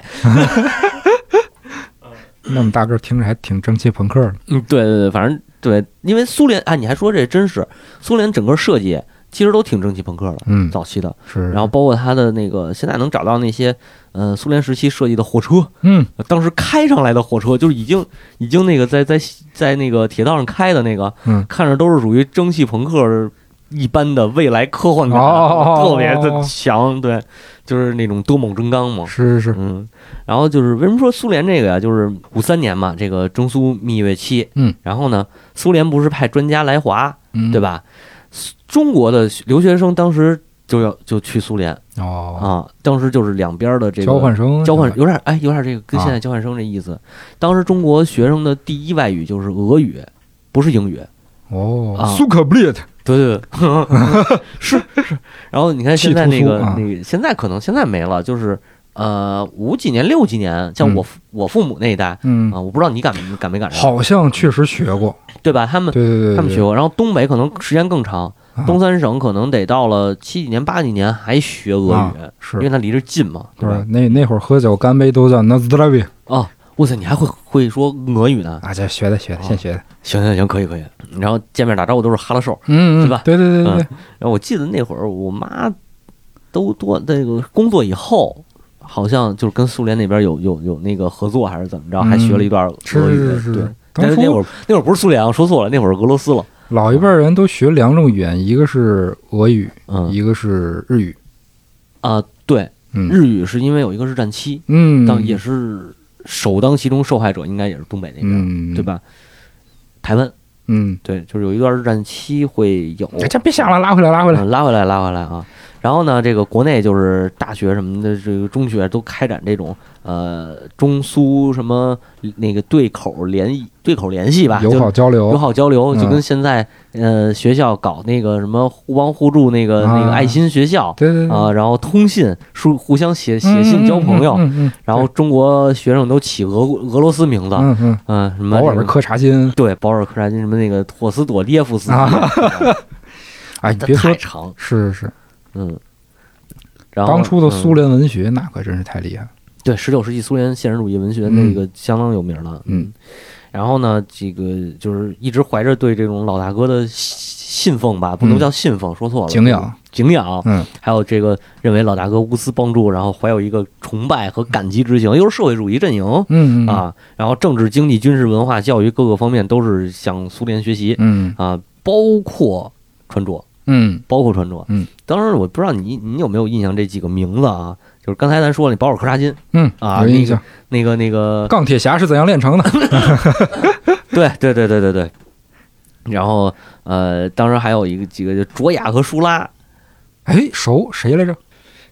Speaker 1: 那么大个儿听着还挺蒸汽朋克的，
Speaker 2: 嗯，对对对，反正对，因为苏联啊，你还说这真是苏联整个设计其实都挺蒸汽朋克的，
Speaker 1: 嗯，
Speaker 2: 早期的，
Speaker 1: 是，
Speaker 2: 然后包括它的那个现在能找到那些呃苏联时期设计的火车，
Speaker 1: 嗯
Speaker 2: 呃当时开上来的火车就是已经已经那个在在在那个铁道上开的那个，
Speaker 1: 嗯
Speaker 2: 看着都是属于蒸汽朋克。一般的未来科幻感、
Speaker 1: 哦
Speaker 2: 特别的强，对，就是那种多锰真钢嘛，
Speaker 1: 是是是，
Speaker 2: 嗯，然后就是为什么说苏联这个呀？就是五三年嘛，这个中苏蜜月期。
Speaker 1: 嗯，
Speaker 2: 然后呢，苏联不是派专家来华，
Speaker 1: 嗯，
Speaker 2: 对？吧？苏中国的留学生当时就要就去苏联
Speaker 1: 哦，
Speaker 2: 啊，当时就是两边的这个
Speaker 1: 交换生，
Speaker 2: 交换
Speaker 1: 是吧
Speaker 2: 有点哎有点这个跟现在交换生这意思。当时中国学生的第一外语就是俄语，不是英语。啊
Speaker 1: 哦，苏可布列特，
Speaker 2: 对对， 对 是是。然后你看现在那
Speaker 1: 气突
Speaker 2: 个
Speaker 1: 出啊
Speaker 2: 那个，现在可能现在没了，就是呃五几年六几年，像
Speaker 1: 嗯
Speaker 2: 我父我父母那一代
Speaker 1: 嗯
Speaker 2: 啊，，我不知道你赶你赶没赶上，
Speaker 1: 好像确实学过，
Speaker 2: 对吧？他们
Speaker 1: 对对对对，
Speaker 2: 他们学过，然后东北可能时间更长
Speaker 1: 啊，
Speaker 2: 东三省可能得到了七几年八几年还学俄
Speaker 1: 啊
Speaker 2: 语，因为
Speaker 1: 是，
Speaker 2: 嗯它离着近嘛，对
Speaker 1: 对
Speaker 2: 吧？
Speaker 1: 那那会儿喝酒干杯都叫 n a z d r a v i
Speaker 2: 哦，哇塞，你还会会说俄语呢？
Speaker 1: 啊，这学的学的，
Speaker 2: 啊
Speaker 1: 现学的，
Speaker 2: 行行行，可以可以。然后见面打招呼都是哈拉手，
Speaker 1: 嗯，嗯
Speaker 2: 是吧
Speaker 1: 对对对对对，
Speaker 2: 然后我记得那会儿我妈都多那个工作以后，好像就是跟苏联那边有有有那个合作还是怎么着，还学了一段俄
Speaker 1: 是
Speaker 2: 语。
Speaker 1: 嗯是是
Speaker 2: 对
Speaker 1: 是，，
Speaker 2: 但
Speaker 1: 当
Speaker 2: 是
Speaker 1: 初
Speaker 2: 那会儿那会儿不是苏联啊，我说错了，那会儿是俄罗斯了。
Speaker 1: 老一辈儿人都学两种语言，一个是俄语，
Speaker 2: 嗯
Speaker 1: 一个是日语。
Speaker 2: 啊，对，
Speaker 1: 嗯
Speaker 2: 日语是因为有一个日战期，
Speaker 1: 嗯，
Speaker 2: 当也是首当其冲受害者，应该也是东北那边，
Speaker 1: 嗯，
Speaker 2: 对？吧？台湾
Speaker 1: 嗯，
Speaker 2: 对，就是有一段日战期会有，
Speaker 1: 哎这别想了，拉回来，拉回来。
Speaker 2: 嗯拉回来，拉回来啊。然后呢，这个国内就是大学什么的，这个中学都开展这种呃中苏什么那个对口联谊对口联系吧，
Speaker 1: 友
Speaker 2: 就
Speaker 1: 好交流，
Speaker 2: 友好交流，
Speaker 1: 嗯
Speaker 2: 就跟现在呃学校搞那个什么互帮互助那个那个
Speaker 1: 啊
Speaker 2: 爱心学校
Speaker 1: 对对对
Speaker 2: 啊，然后通信书互相写写
Speaker 1: 嗯
Speaker 2: 信交
Speaker 1: 嗯
Speaker 2: 朋友，
Speaker 1: 嗯嗯嗯
Speaker 2: 然后中国学生都起俄俄罗斯名字，
Speaker 1: 嗯嗯，
Speaker 2: 嗯，什么
Speaker 1: 保
Speaker 2: 这
Speaker 1: 尔
Speaker 2: 个
Speaker 1: 柯察金，
Speaker 2: 对保尔柯察金什么那个托斯朵列夫斯基，
Speaker 1: 啊
Speaker 2: 对吧
Speaker 1: 哎，
Speaker 2: 这
Speaker 1: 别说
Speaker 2: 太，长，
Speaker 1: 是是是，
Speaker 2: 嗯，然后
Speaker 1: 当初的苏
Speaker 2: 嗯
Speaker 1: 联文学那可真是太厉害了。
Speaker 2: 对十九世纪苏联现实主义文学
Speaker 1: 嗯
Speaker 2: 那个相当有名了，
Speaker 1: 嗯，
Speaker 2: 然后呢，这个就是一直怀着对这种老大哥的信奉吧，不能
Speaker 1: 嗯
Speaker 2: 叫信奉，说错了，
Speaker 1: 敬仰，
Speaker 2: 敬仰，
Speaker 1: 嗯
Speaker 2: 还有这个认为老大哥无私帮助，然后怀有一个崇拜和感激之情，又是社会主义阵营。
Speaker 1: 嗯嗯，
Speaker 2: 啊，然后政治、经济、军事、文化、教育各个方面都是向苏联学习
Speaker 1: 嗯
Speaker 2: 啊，包括穿着，
Speaker 1: 嗯
Speaker 2: 包括穿着。
Speaker 1: 嗯，
Speaker 2: 当时我不知道你你有没有印象这几个名字啊，就是刚才咱说了，保尔柯察金，
Speaker 1: 嗯
Speaker 2: 啊
Speaker 1: 有印象。
Speaker 2: 那个那个，
Speaker 1: 钢铁侠是怎样炼成的？
Speaker 2: 对对对对对对。然后呃，当时还有一个几个就卓雅和舒拉，
Speaker 1: 哎，熟谁来着？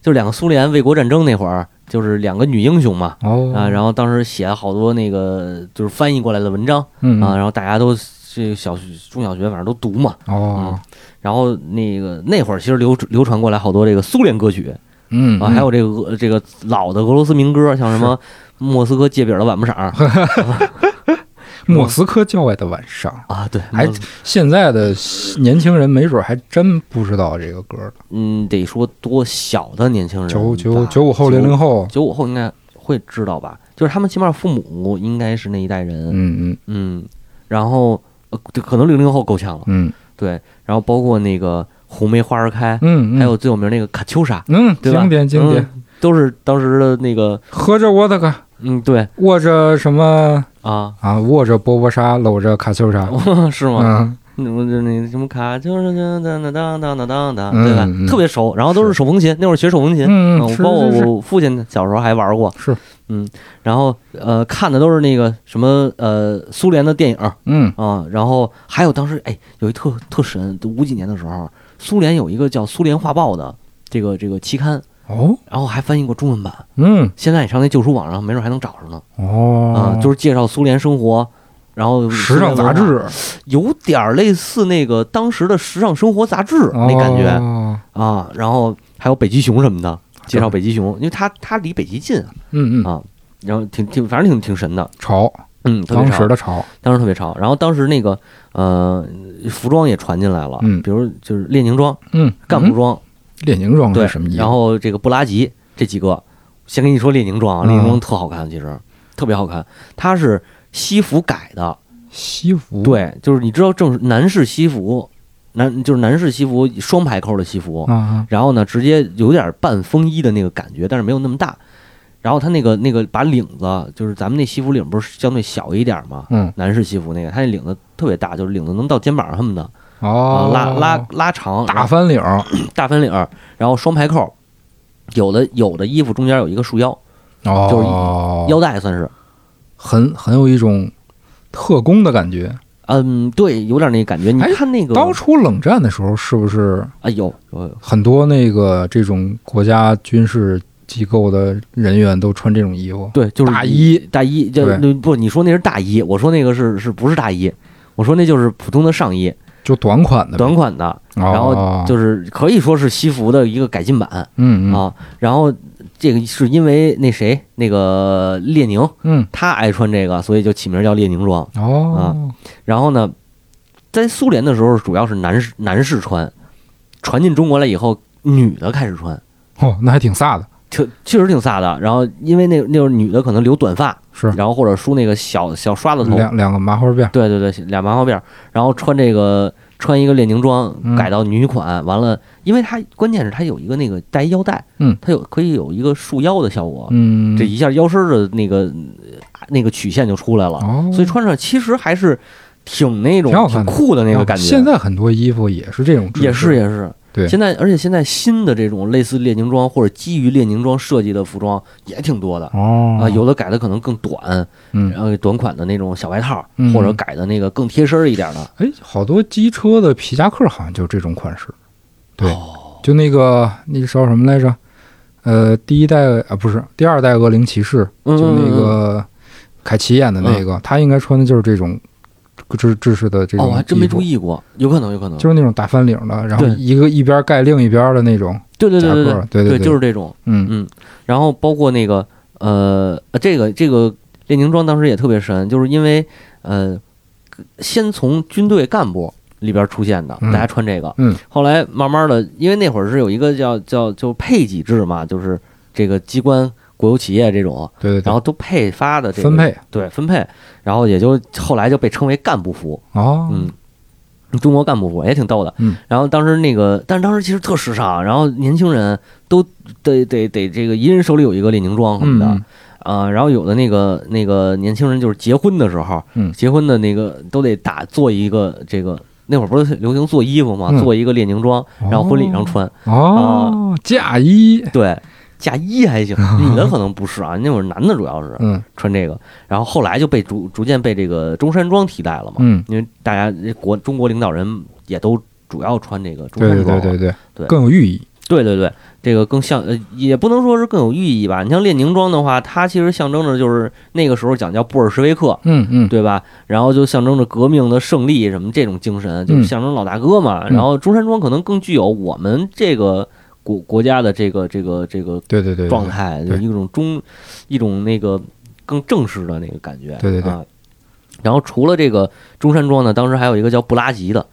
Speaker 2: 就两个苏联卫国战争那会儿，就是两个女英雄嘛。
Speaker 1: 哦
Speaker 2: 啊，然后当时写了好多那个就是翻译过来的文章
Speaker 1: 嗯
Speaker 2: 啊，然后大家都这小学、中小学反正都读嘛，
Speaker 1: 哦
Speaker 2: 然后那个那会儿其实流流传过来好多这个苏联歌曲
Speaker 1: 嗯
Speaker 2: 啊，还有这个俄这个老的俄罗斯 民歌，像什么莫斯科街边的晚不晌儿
Speaker 1: 莫斯科郊外的晚上，
Speaker 2: 啊，对，
Speaker 1: 还
Speaker 2: 莫
Speaker 1: 现在的年轻人没准还真不知道这个歌了。
Speaker 2: 嗯得说多小的年轻人吧，
Speaker 1: 九九九五后
Speaker 2: 九
Speaker 1: 零零后，
Speaker 2: 嗯九五后应该会知道吧？就是他们起码父母应该是那一代人，
Speaker 1: 嗯嗯
Speaker 2: 嗯，然后呃对可能零零后够呛了，
Speaker 1: 嗯
Speaker 2: 对，然后包括那个红梅花儿开，
Speaker 1: 嗯，嗯
Speaker 2: 还有最有名那个卡秋莎，
Speaker 1: 嗯
Speaker 2: 对吧
Speaker 1: 经典经典，
Speaker 2: 嗯都是当时的那个
Speaker 1: 合着我的个
Speaker 2: 嗯对
Speaker 1: 握着什么
Speaker 2: 啊。
Speaker 1: 啊？握着波波沙，搂着卡秋莎，
Speaker 2: 哦是吗？
Speaker 1: 嗯
Speaker 2: 那我就那什么卡，就是当当当当当当当，
Speaker 1: 嗯
Speaker 2: 对吧？
Speaker 1: 嗯
Speaker 2: 特别熟，然后都是手风琴，那会儿学手风琴，
Speaker 1: 嗯
Speaker 2: 我
Speaker 1: 是
Speaker 2: 包括
Speaker 1: 是是
Speaker 2: 我父亲小时候还玩过，
Speaker 1: 是，
Speaker 2: 嗯，然后呃看的都是那个什么呃苏联的电影啊、
Speaker 1: 嗯
Speaker 2: 然后还有当时哎有一特特神，五几年的时候，苏联有一个叫《苏联画报》的这个这个期刊，
Speaker 1: 哦
Speaker 2: 然后还翻译过中文版，
Speaker 1: 嗯
Speaker 2: 现在你上那旧书网上没准还能找着呢，啊、
Speaker 1: 哦，
Speaker 2: 就是介绍苏联生活。然后
Speaker 1: 时尚
Speaker 2: 苏联文
Speaker 1: 杂
Speaker 2: 化
Speaker 1: 志
Speaker 2: 有点儿类似那个当时的时尚生活杂志那感觉、
Speaker 1: 哦
Speaker 2: 啊，然后还有北极熊什么的，介绍北极熊，因为它它离北极近啊，
Speaker 1: 嗯
Speaker 2: 啊
Speaker 1: 嗯，
Speaker 2: 然后挺挺反正挺挺神的，
Speaker 1: 潮，
Speaker 2: 嗯，特别
Speaker 1: 当
Speaker 2: 潮
Speaker 1: 时的潮，
Speaker 2: 当时特别潮，然后当时那个呃服装也传进来了，
Speaker 1: 嗯
Speaker 2: 比如就是列宁装、
Speaker 1: 嗯，
Speaker 2: 干部装，
Speaker 1: 列宁装
Speaker 2: 对
Speaker 1: 是什么意，思？
Speaker 2: 然后这个布拉吉这几个，先跟你说列宁装啊，列宁装
Speaker 1: 嗯
Speaker 2: 特好看，其实特别好看，它是西服改的，
Speaker 1: 西服，
Speaker 2: 对，就是你知道正是男士西服，男就是男士西服双排扣的西服，
Speaker 1: 啊啊，
Speaker 2: 然后呢直接有点半风衣的那个感觉，但是没有那么大。然后他那个那个把领子，就是咱们那西服领不是相对小一点嘛，
Speaker 1: 嗯
Speaker 2: 男士西服那个，他那领子特别大，就是领子能到肩膀上什么的，啊
Speaker 1: 哦，
Speaker 2: 拉拉拉长，然
Speaker 1: 大
Speaker 2: 后
Speaker 1: 翻领，
Speaker 2: 大翻领儿，然后双排扣，有的有的衣服中间有一个束腰，
Speaker 1: 哦，
Speaker 2: 腰带算是，
Speaker 1: 很很有一种特工的感觉。
Speaker 2: 嗯，对，有点那感觉。你
Speaker 1: 哎
Speaker 2: 看那个
Speaker 1: 当初冷战的时候，是不是
Speaker 2: 啊，有有有
Speaker 1: 很多那个这种国家军事机构的人员都穿这种衣服？
Speaker 2: 对，就是
Speaker 1: 大
Speaker 2: 一
Speaker 1: 衣
Speaker 2: 大衣，就
Speaker 1: 对
Speaker 2: 那不，你说那是大衣，我说那个是是不是大衣？我说那就是普通的上衣，
Speaker 1: 就短款的呗，
Speaker 2: 短款的，然后
Speaker 1: 哦
Speaker 2: 就是可以说是西服的一个改进版
Speaker 1: 嗯嗯
Speaker 2: 啊。然后这个是因为那谁那个列宁
Speaker 1: 嗯
Speaker 2: 他爱穿这个，所以就起名叫列宁装。
Speaker 1: 哦
Speaker 2: 然后呢，在苏联的时候主要是男士男士穿，传进中国来以后，女的开始穿，
Speaker 1: 哦，那还挺飒的，
Speaker 2: 挺确实挺飒的。然后因为那那会儿女的可能留短发，
Speaker 1: 是
Speaker 2: 然后或者梳那个小小刷子头，
Speaker 1: 两两个麻花辫儿，
Speaker 2: 对对对，俩麻花辫儿，然后穿这个穿一个列宁装
Speaker 1: 嗯
Speaker 2: 改到女款，完了，因为它关键是它有一个那个带腰带，
Speaker 1: 嗯，
Speaker 2: 它有可以有一个束腰的效果，
Speaker 1: 嗯，
Speaker 2: 这一下腰身儿的那个那个曲线就出来了，
Speaker 1: 哦，
Speaker 2: 所以穿上其实还是挺那种
Speaker 1: 挺好
Speaker 2: 挺
Speaker 1: 看的
Speaker 2: 酷的那个感觉。
Speaker 1: 现在很多衣服也是这种制式，
Speaker 2: 也是也是，
Speaker 1: 对
Speaker 2: 现在而且现在新的这种类似列宁装或者基于列宁装设计的服装也挺多的啊、
Speaker 1: 哦
Speaker 2: 有的改的可能更短，
Speaker 1: 嗯，
Speaker 2: 然后短款的那种小外套，
Speaker 1: 嗯
Speaker 2: 或者改的那个更贴身儿一点的。
Speaker 1: 哎，好多机车的皮夹克好像就是这种款式，对，
Speaker 2: 哦
Speaker 1: 就那个那个叫什么来着？呃，第一代啊不是第二代恶灵骑士，
Speaker 2: 嗯
Speaker 1: 就那个凯奇演的那个，他应该穿的就是这种制制式的这
Speaker 2: 哦，
Speaker 1: 种，
Speaker 2: 我还真没注，意过，有可能，有可能，
Speaker 1: 就是那种大翻领的，然后
Speaker 2: 对
Speaker 1: 一个一边盖另一边的那种，
Speaker 2: 对对对对
Speaker 1: 夹克对对对
Speaker 2: 就是这种。
Speaker 1: 嗯
Speaker 2: 嗯，然后包括那个呃，呃这个这个列宁装当时也特别神，就是因为呃，先从军队干部里边出现的，
Speaker 1: 嗯
Speaker 2: 大家穿这个，
Speaker 1: 嗯，
Speaker 2: 后来慢慢的，因为那会儿是有一个叫叫就配给制嘛，就是这个机关、国有企业这种，
Speaker 1: 对对对，
Speaker 2: 然后都配发的这个
Speaker 1: 分配
Speaker 2: 对分配，然后也就后来就被称为干部服，
Speaker 1: 哦，
Speaker 2: 嗯。中国干部服也挺逗的，
Speaker 1: 嗯，
Speaker 2: 然后当时那个，但是当时其实特时尚，啊然后年轻人都得得得这个一人手里有一个列宁装什么的，
Speaker 1: 嗯
Speaker 2: 啊、然后有的那个那个年轻人就是结婚的时候，
Speaker 1: 嗯
Speaker 2: 结婚的那个都得打做一个这个，那会儿不是流行做衣服嘛，
Speaker 1: 嗯
Speaker 2: 做一个列宁装，然后婚礼上 穿，
Speaker 1: 哦，
Speaker 2: 啊
Speaker 1: 嫁衣，
Speaker 2: 对，嫁衣还行，女的可能不是啊，那会儿男的主要是
Speaker 1: 嗯
Speaker 2: 穿这个，然后后来就被逐逐渐被这个中山装替代了嘛，
Speaker 1: 嗯，
Speaker 2: 因为大家国中国领导人也都主要穿这个中
Speaker 1: 对
Speaker 2: 山
Speaker 1: 对
Speaker 2: 装
Speaker 1: 对
Speaker 2: 了，
Speaker 1: 对对，
Speaker 2: 对
Speaker 1: 更有寓意，
Speaker 2: 对对对，这个更像呃，也不能说是更有寓意吧。你像列宁装的话，它其实象征着就是那个时候讲叫布尔什维克，
Speaker 1: 嗯嗯，
Speaker 2: 对吧？然后就象征着革命的胜利什么这种精神，就是象征老大哥嘛。
Speaker 1: 嗯
Speaker 2: 然后中山装可能更具有我们这个国国家的这个这个这个
Speaker 1: 对对对，对
Speaker 2: 状，态，就
Speaker 1: 对
Speaker 2: 是一种中一种那个更正式的那个感觉。
Speaker 1: 对对对
Speaker 2: 啊。然后除了这个中山装呢，当时还有一个叫布拉吉的。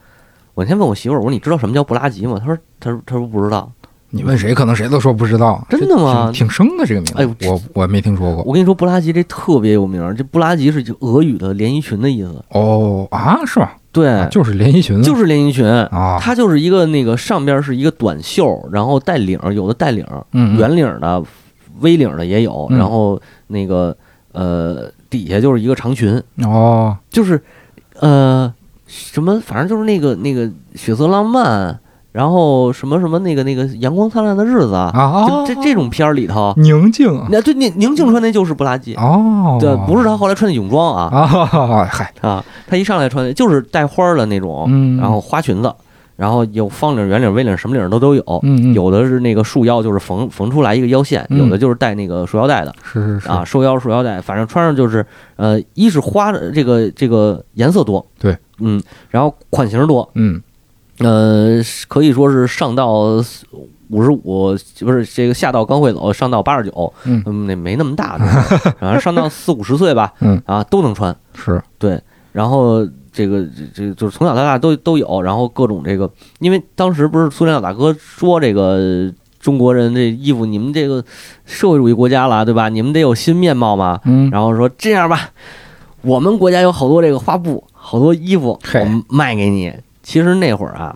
Speaker 2: 我先问我媳妇儿，我说你知道什么叫布拉吉吗？她说，她说，她说不知道。
Speaker 1: 你问谁可能谁都说不知道，
Speaker 2: 真的吗
Speaker 1: 这挺挺生的这个名字，
Speaker 2: 哎呦这
Speaker 1: 我我没听说过。
Speaker 2: 我跟你说，布拉吉这特别有名儿，这布拉吉是俄语的连衣裙的意思。
Speaker 1: 哦啊，是吧？
Speaker 2: 对，
Speaker 1: 啊就是连衣裙，
Speaker 2: 哎就是连衣裙，
Speaker 1: 啊，
Speaker 2: 它就是一个那个上边是一个短袖，然后带领儿，有的带领儿，
Speaker 1: 嗯，嗯
Speaker 2: 圆领儿的、V 领儿的也有，
Speaker 1: 嗯
Speaker 2: 然后那个呃底下就是一个长裙，
Speaker 1: 哦，
Speaker 2: 就是呃什么，反正就是那个那个血色浪漫，然后什么什么那个那个阳光灿烂的日子
Speaker 1: 啊啊，
Speaker 2: 就这这种片儿里头，
Speaker 1: 宁静
Speaker 2: 那对宁宁静穿那就是布拉吉，
Speaker 1: 哦，
Speaker 2: 对，不是他后来穿的泳装啊
Speaker 1: 啊，嗨，
Speaker 2: 啊，他一上来穿的就是带花儿的那种，
Speaker 1: 嗯，
Speaker 2: 哦然后花裙子，然后有方领、圆领、V 领，什么领儿都都有。
Speaker 1: 嗯嗯
Speaker 2: 有的是那个束腰，就是缝缝出来一个腰线；
Speaker 1: 嗯
Speaker 2: 有的就是带那个束腰带的
Speaker 1: 是 是是
Speaker 2: 啊，束腰束腰带。反正穿上就是，呃，一是花的这个这个颜色多，
Speaker 1: 对，
Speaker 2: 嗯，然后款型多，
Speaker 1: 嗯
Speaker 2: 呃，是可以说是上到五十五，不是这个下到刚会走，上到八十九，
Speaker 1: 嗯
Speaker 2: 嗯，那没那么大，这个然后上到四五十岁吧，
Speaker 1: 嗯
Speaker 2: 啊，都能穿。
Speaker 1: 是，
Speaker 2: 对，然后这个这这就是从小到大都都有，然后各种这个，因为当时不是苏联老大哥说这个中国人这衣服，你们这个社会主义国家了，对吧？你们得有新面貌嘛。
Speaker 1: 嗯
Speaker 2: 然后说这样吧，我们国家有好多这个花布，好多衣服，
Speaker 1: 嘿
Speaker 2: 我们卖给你。其实那会儿啊，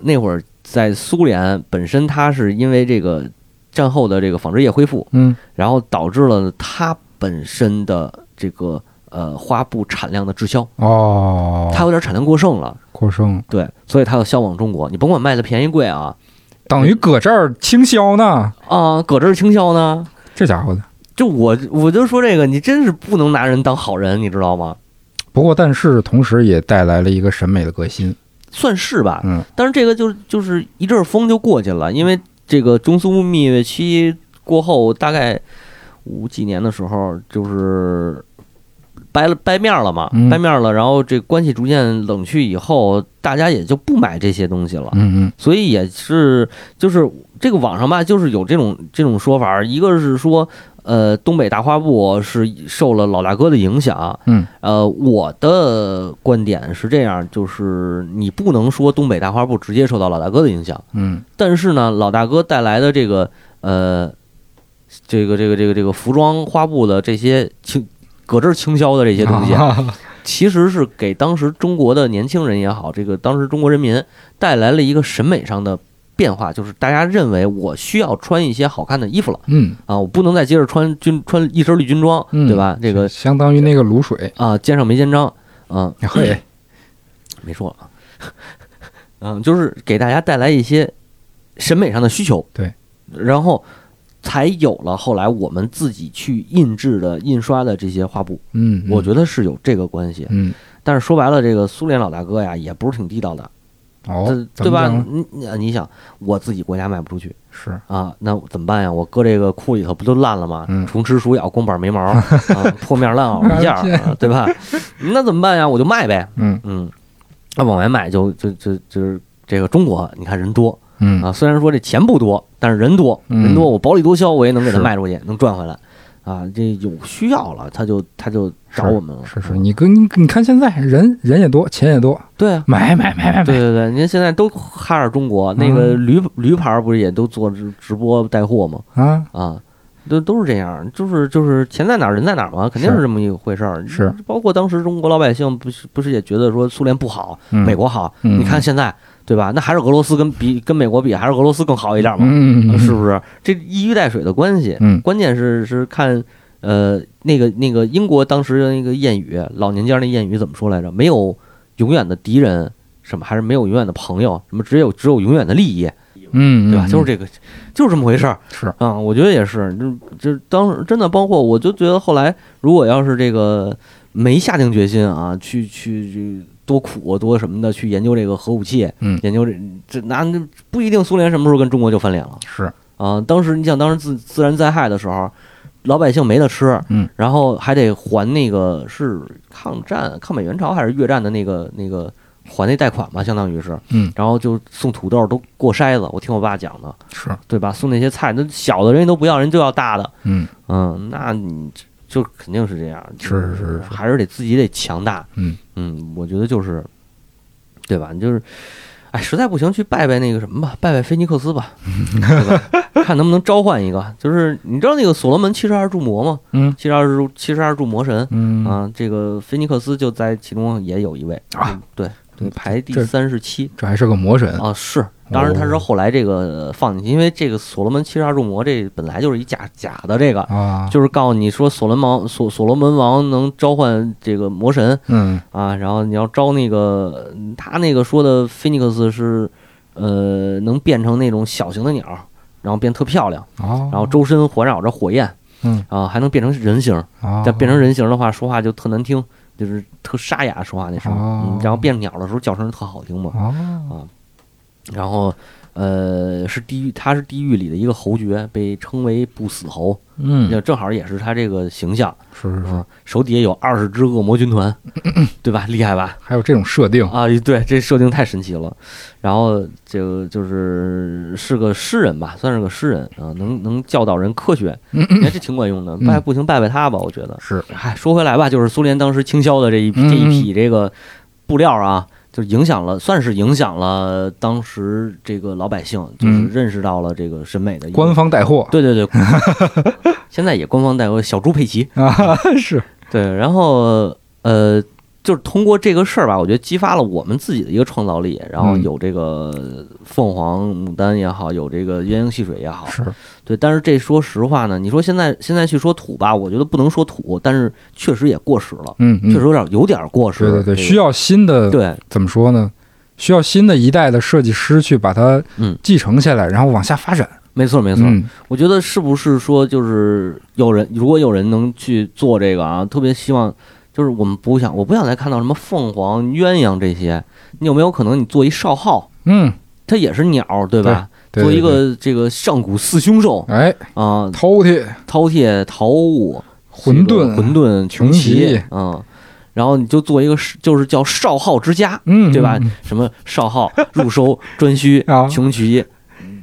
Speaker 2: 那会儿在苏联本身，它是因为这个战后的这个纺织业恢复，
Speaker 1: 嗯
Speaker 2: 然后导致了它本身的这个呃花布产量的滞销，
Speaker 1: 哦，
Speaker 2: 它有点产量过剩了，
Speaker 1: 过剩
Speaker 2: 对，所以它要销往中国。你甭管卖的便宜贵啊，
Speaker 1: 等于搁这儿倾销呢，
Speaker 2: 啊，搁这儿倾销呢。
Speaker 1: 这家伙的。
Speaker 2: 就我我就说这个，你真是不能拿人当好人，你知道吗？
Speaker 1: 不过，但是同时也带来了一个审美的革新。
Speaker 2: 算是吧，
Speaker 1: 嗯，
Speaker 2: 但是这个就是就是一阵风就过去了，因为这个中苏蜜月期过后，大概五几年的时候，就是掰了掰面了嘛，
Speaker 1: 嗯
Speaker 2: 掰面了，然后这关系逐渐冷却以后，大家也就不买这些东西了，
Speaker 1: 嗯嗯
Speaker 2: 所以也是就是这个网上吧，就是有这种这种说法，一个是说。呃，东北大花布是受了老大哥的影响，
Speaker 1: 嗯，
Speaker 2: 呃，我的观点是这样，就是你不能说东北大花布直接受到老大哥的影响，
Speaker 1: 嗯，
Speaker 2: 但是呢，老大哥带来的这个呃，这个这个这个这个服装花布的这些倾搁这儿倾销的这些东西，
Speaker 1: 啊
Speaker 2: 其实是给当时中国的年轻人也好，这个当时中国人民带来了一个审美上的变化，就是大家认为我需要穿一些好看的衣服了
Speaker 1: 嗯，
Speaker 2: 啊，我不能再接着穿军穿一身绿军装，
Speaker 1: 嗯
Speaker 2: 对吧？这个
Speaker 1: 相当于那个卤水，
Speaker 2: 啊，肩上没肩章，啊，
Speaker 1: 嘿，
Speaker 2: 没说了啊，嗯， 就是给大家带来一些审美上的需求，
Speaker 1: 对，
Speaker 2: 然后才有了后来我们自己去印制的、印刷的这些画布，
Speaker 1: 嗯，
Speaker 2: 我觉得是有这个关系。
Speaker 1: 嗯，
Speaker 2: 但是说白了，这个苏联老大哥呀，也不是挺地道的，
Speaker 1: 哦
Speaker 2: 他，
Speaker 1: 怎
Speaker 2: 对
Speaker 1: 么
Speaker 2: 吧
Speaker 1: 讲？
Speaker 2: 你你呃你想，我自己国家卖不出去
Speaker 1: 是，
Speaker 2: 啊，那怎么办呀？我搁这个库里头不都烂了吗？
Speaker 1: 嗯
Speaker 2: 虫吃鼠咬，弓板没毛， 啊，破面烂袄一件儿，啊对吧？ 那怎么办呀？我就卖呗，
Speaker 1: 嗯
Speaker 2: 嗯，那往外卖就就就就是这个中国，你看人多啊，
Speaker 1: 嗯
Speaker 2: 虽然说这钱不多，但是人多，
Speaker 1: 嗯
Speaker 2: 人多我薄利多销，我也能给他
Speaker 1: 是
Speaker 2: 卖出去，能赚回来啊。这有需要了，他就他就找我们了，
Speaker 1: 是是，你跟你看现在人人也多，钱也多，
Speaker 2: 对啊。
Speaker 1: 买买买买
Speaker 2: 对
Speaker 1: 买，
Speaker 2: 对对，您现在都哈着中国，那个
Speaker 1: 嗯
Speaker 2: 驴驴牌儿不是也都做直直播带货吗？
Speaker 1: 啊，
Speaker 2: 啊，都都是这样，就是就是钱在哪儿人在哪儿嘛，肯定是
Speaker 1: 是
Speaker 2: 这么一个回事儿。
Speaker 1: 是，
Speaker 2: 包括当时中国老百姓不是不是也觉得说苏联不好，
Speaker 1: 嗯
Speaker 2: 美国好，
Speaker 1: 嗯
Speaker 2: 你看现在对吧？那还是俄罗斯跟比跟美国比，还是俄罗斯更好一点嘛，
Speaker 1: 嗯，
Speaker 2: 是不是？这一衣带水的关系，
Speaker 1: 嗯
Speaker 2: 关键是是看呃那个那个英国当时的那个谚语，老年间那谚语怎么说来着？没有永远的敌人，什么还是没有永远的朋友，什么只有只有永远的利益，
Speaker 1: 嗯，
Speaker 2: 对吧？就是这个，就是这么回事儿。
Speaker 1: 这是，
Speaker 2: 啊、我觉得也是，就就当时真的，包括我就觉得后来，如果要是这个没下定决心啊，去去去多苦啊多什么的去研究这个核武器，
Speaker 1: 嗯
Speaker 2: 研究这这那那不一定苏联什么时候跟中国就翻脸了
Speaker 1: 是，
Speaker 2: 啊！当时你想，当时自自然灾害的时候，老百姓没得吃，
Speaker 1: 嗯，
Speaker 2: 然后还得还那个是抗战、抗美援朝还是越战的那个那个还那贷款吧，相当于是，
Speaker 1: 嗯，
Speaker 2: 然后就送土豆都过筛子，我听我爸讲的，
Speaker 1: 是，
Speaker 2: 对吧？送那些菜，那小的人家都不要，人就要大的，
Speaker 1: 嗯
Speaker 2: 嗯，那你就肯定是这样，
Speaker 1: 是是是
Speaker 2: 还是得自己得强大，
Speaker 1: 嗯
Speaker 2: 嗯，我觉得就是，对吧？你就是，哎，实在不行去拜拜那个什么吧，拜拜菲尼克斯 吧，对吧看能不能召唤一个。就是你知道那个所罗门七十二柱魔吗？
Speaker 1: 嗯
Speaker 2: 七十二柱七十二柱魔神
Speaker 1: 嗯
Speaker 2: 啊，这个菲尼克斯就在其中也有一位
Speaker 1: 啊
Speaker 2: 嗯对对，
Speaker 1: 这
Speaker 2: 排第
Speaker 1: 这嗯哦
Speaker 2: 三十七，
Speaker 1: 这还是个魔神，
Speaker 2: 啊，是，当然他是后来这个放进去，因为这个所罗门七十二柱魔这本来就是一假假的，这个
Speaker 1: 啊，
Speaker 2: 就是告诉你说所罗门王所所罗门王能召唤这个魔神
Speaker 1: 嗯
Speaker 2: 啊，然后你要招那个他那个说的菲尼克斯是，呃，能变成那种小型的鸟，然后变特漂亮，
Speaker 1: 哦，
Speaker 2: 然后周身环绕着火焰，
Speaker 1: 嗯
Speaker 2: 啊，还能变成人形，
Speaker 1: 哦，
Speaker 2: 但变成人形的话，说话就特难听，就是特沙哑说话那声，嗯
Speaker 1: 哦
Speaker 2: 然后变鸟的时候叫声特好听嘛。
Speaker 1: 哦，
Speaker 2: 然后，呃，是地狱，他是地狱里的一个侯爵，被称为不死侯，
Speaker 1: 嗯
Speaker 2: 那正好也是他这个形象。
Speaker 1: 是是是，
Speaker 2: 嗯，手底下有二十支恶魔 军团，对吧？厉害吧？
Speaker 1: 还有这种设定，
Speaker 2: 啊，对，这设定太神奇了。然后这个就是是个诗人吧，算是个诗人啊，能能教导人科学，
Speaker 1: 嗯
Speaker 2: 你看这挺管用的。拜不行，拜拜他吧，我觉得。
Speaker 1: 是，
Speaker 2: 嗨，说回来吧，就是苏联当时倾销的这一批
Speaker 1: 嗯
Speaker 2: 这一批这个布料啊，就是影响了，算是影响了当时这个老百姓，就是
Speaker 1: 嗯
Speaker 2: 认识到了这个审美的一个
Speaker 1: 官。方带货
Speaker 2: 对对对，现在也官方带货小猪佩奇。
Speaker 1: 啊， 是，
Speaker 2: 对，然后呃，就是通过这个事儿吧，我觉得激发了我们自己的一个创造力，然后
Speaker 1: 嗯
Speaker 2: 有这个凤凰、牡丹也好，有这个鸳鸯戏水也好，
Speaker 1: 是，
Speaker 2: 对，但是这说实话呢，你说现在现在去说土吧，我觉得不能说土，但是确实也过时了，
Speaker 1: 嗯嗯
Speaker 2: 确实，有点有点过时
Speaker 1: 对
Speaker 2: 了。
Speaker 1: 对对，
Speaker 2: 这个
Speaker 1: 需要新的，
Speaker 2: 对
Speaker 1: 怎么说呢？需要新的一代的设计师去把它
Speaker 2: 嗯
Speaker 1: 继承下来，然后往下发展。
Speaker 2: 没错没错。
Speaker 1: 嗯
Speaker 2: 我觉得是不是说就是有人，如果有人能去做这个啊，特别希望就是我们不想，我不想再看到什么凤凰、鸳鸯这些。你有没有可能你做一少昊，
Speaker 1: 嗯，
Speaker 2: 它也是鸟，对吧？
Speaker 1: 对
Speaker 2: 做一，
Speaker 1: 对
Speaker 2: 个这个上古四凶兽
Speaker 1: 对哎，
Speaker 2: 啊、
Speaker 1: 饕餮、
Speaker 2: 饕餮、桃物、
Speaker 1: 混
Speaker 2: 这
Speaker 1: 沌
Speaker 2: 个、混沌、
Speaker 1: 穷
Speaker 2: 奇
Speaker 1: 奇
Speaker 2: 啊、嗯然后你就做一个是就是叫少昊之家，
Speaker 1: 嗯，
Speaker 2: 对吧
Speaker 1: 嗯？
Speaker 2: 什么少昊、入收、颛顼
Speaker 1: 啊、
Speaker 2: 穷奇，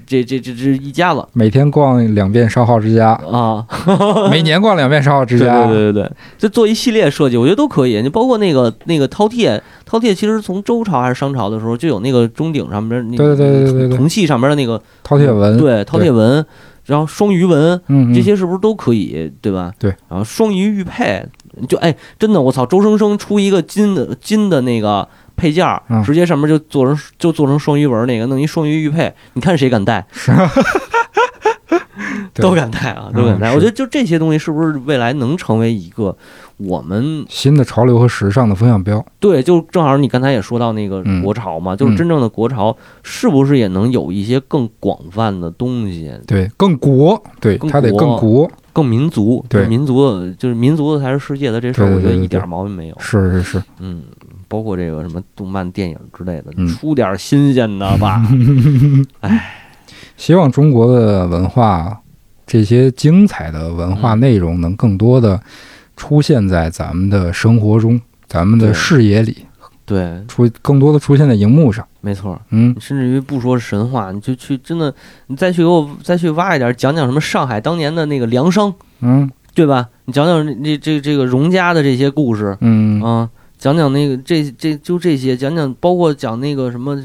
Speaker 2: 这这这这一家子
Speaker 1: 每天逛两遍烧烤之家，
Speaker 2: 啊。
Speaker 1: 每年逛两遍烧烤之
Speaker 2: 对
Speaker 1: 家。
Speaker 2: 对对对对，就做一系列设计，我觉得都可以。你包括那个那个饕餮，饕餮其实从周朝还是商朝的时候就有那个钟鼎上面那
Speaker 1: 对
Speaker 2: 个
Speaker 1: 对对对对
Speaker 2: 铜器上面的那个
Speaker 1: 饕餮纹，
Speaker 2: 对饕餮纹，然后双鱼纹
Speaker 1: 嗯，嗯
Speaker 2: 这些是不是都可以对吧？
Speaker 1: 对，
Speaker 2: 然后双鱼玉佩，就哎真的我操，周生生出一个金的金的那个。配件儿
Speaker 1: 嗯
Speaker 2: 直接上面就做成就做成双鱼纹那个，弄一双鱼玉佩，你看谁敢戴？
Speaker 1: 是对
Speaker 2: 都敢戴啊，都敢戴。
Speaker 1: 嗯
Speaker 2: 我
Speaker 1: 是
Speaker 2: 觉得就这些东西是不是未来能成为一个我们
Speaker 1: 新的潮流和时尚的风向标，
Speaker 2: 对，就正好你刚才也说到那个
Speaker 1: 嗯
Speaker 2: 国潮嘛，就是
Speaker 1: 嗯
Speaker 2: 真正的国潮是不是也能有一些更广泛的东西，
Speaker 1: 对，更国，对，
Speaker 2: 更
Speaker 1: 它得更国，
Speaker 2: 更民族？
Speaker 1: 对
Speaker 2: 就是民族的就是民族的才是世界的这事儿，
Speaker 1: 对对
Speaker 2: 我觉得
Speaker 1: 对对
Speaker 2: 一点毛病没有。
Speaker 1: 是是是，
Speaker 2: 嗯，包括这个什么动漫、电影之类的，
Speaker 1: 嗯
Speaker 2: 出点新鲜 的吧。
Speaker 1: 希望中国的文化这些精彩的文化
Speaker 2: 嗯
Speaker 1: 内容能更多的出现在咱们的生活中，咱们的
Speaker 2: 对
Speaker 1: 视野里，
Speaker 2: 对，
Speaker 1: 出更多的出现在荧幕上，
Speaker 2: 没错。
Speaker 1: 嗯
Speaker 2: 你，甚至于不说神话，你就去真的，你再去给我再去挖一点，讲讲什么上海当年的那个粮商，
Speaker 1: 嗯
Speaker 2: 对吧？你讲讲这这这个荣家的这些故事，
Speaker 1: 嗯，
Speaker 2: 啊，讲讲那个这这就这些，讲讲包括讲那个什么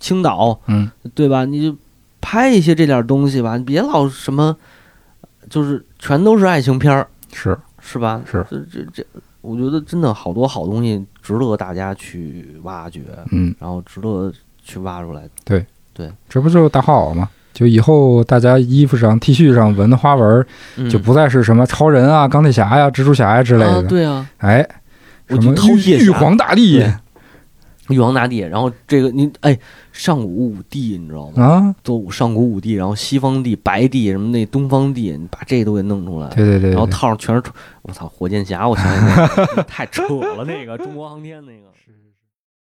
Speaker 2: 青岛，
Speaker 1: 嗯，
Speaker 2: 对吧？你就拍一些这点东西吧，你别老什么，就是全都是爱情片儿，
Speaker 1: 是
Speaker 2: 是吧？
Speaker 1: 是，
Speaker 2: 这这这，我觉得真的好多好东西值得大家去挖掘，
Speaker 1: 嗯，
Speaker 2: 然后值得去挖出来。
Speaker 1: 这不就是大花袄吗？就以后大家衣服上、T 恤上纹的花纹儿，
Speaker 2: 嗯、
Speaker 1: 就不再是什么超人啊、钢铁侠呀、蜘蛛侠呀之类
Speaker 2: 啊，
Speaker 1: 的，
Speaker 2: 对啊，
Speaker 1: 哎，
Speaker 2: 我
Speaker 1: 什
Speaker 2: 就
Speaker 1: 么
Speaker 2: 饕餮
Speaker 1: 玉玉
Speaker 2: 侠
Speaker 1: 皇大帝
Speaker 2: 对玉皇大帝，然后这个你哎，上古五帝，你知道吗？
Speaker 1: 啊，
Speaker 2: 都上古五帝，然后西方帝、白帝什么那东方帝，你把这都给弄出来，
Speaker 1: 对对对对，
Speaker 2: 然后
Speaker 1: 对
Speaker 2: 套上全是，我操，火箭侠，我想想，太扯了，那个中国航天那个。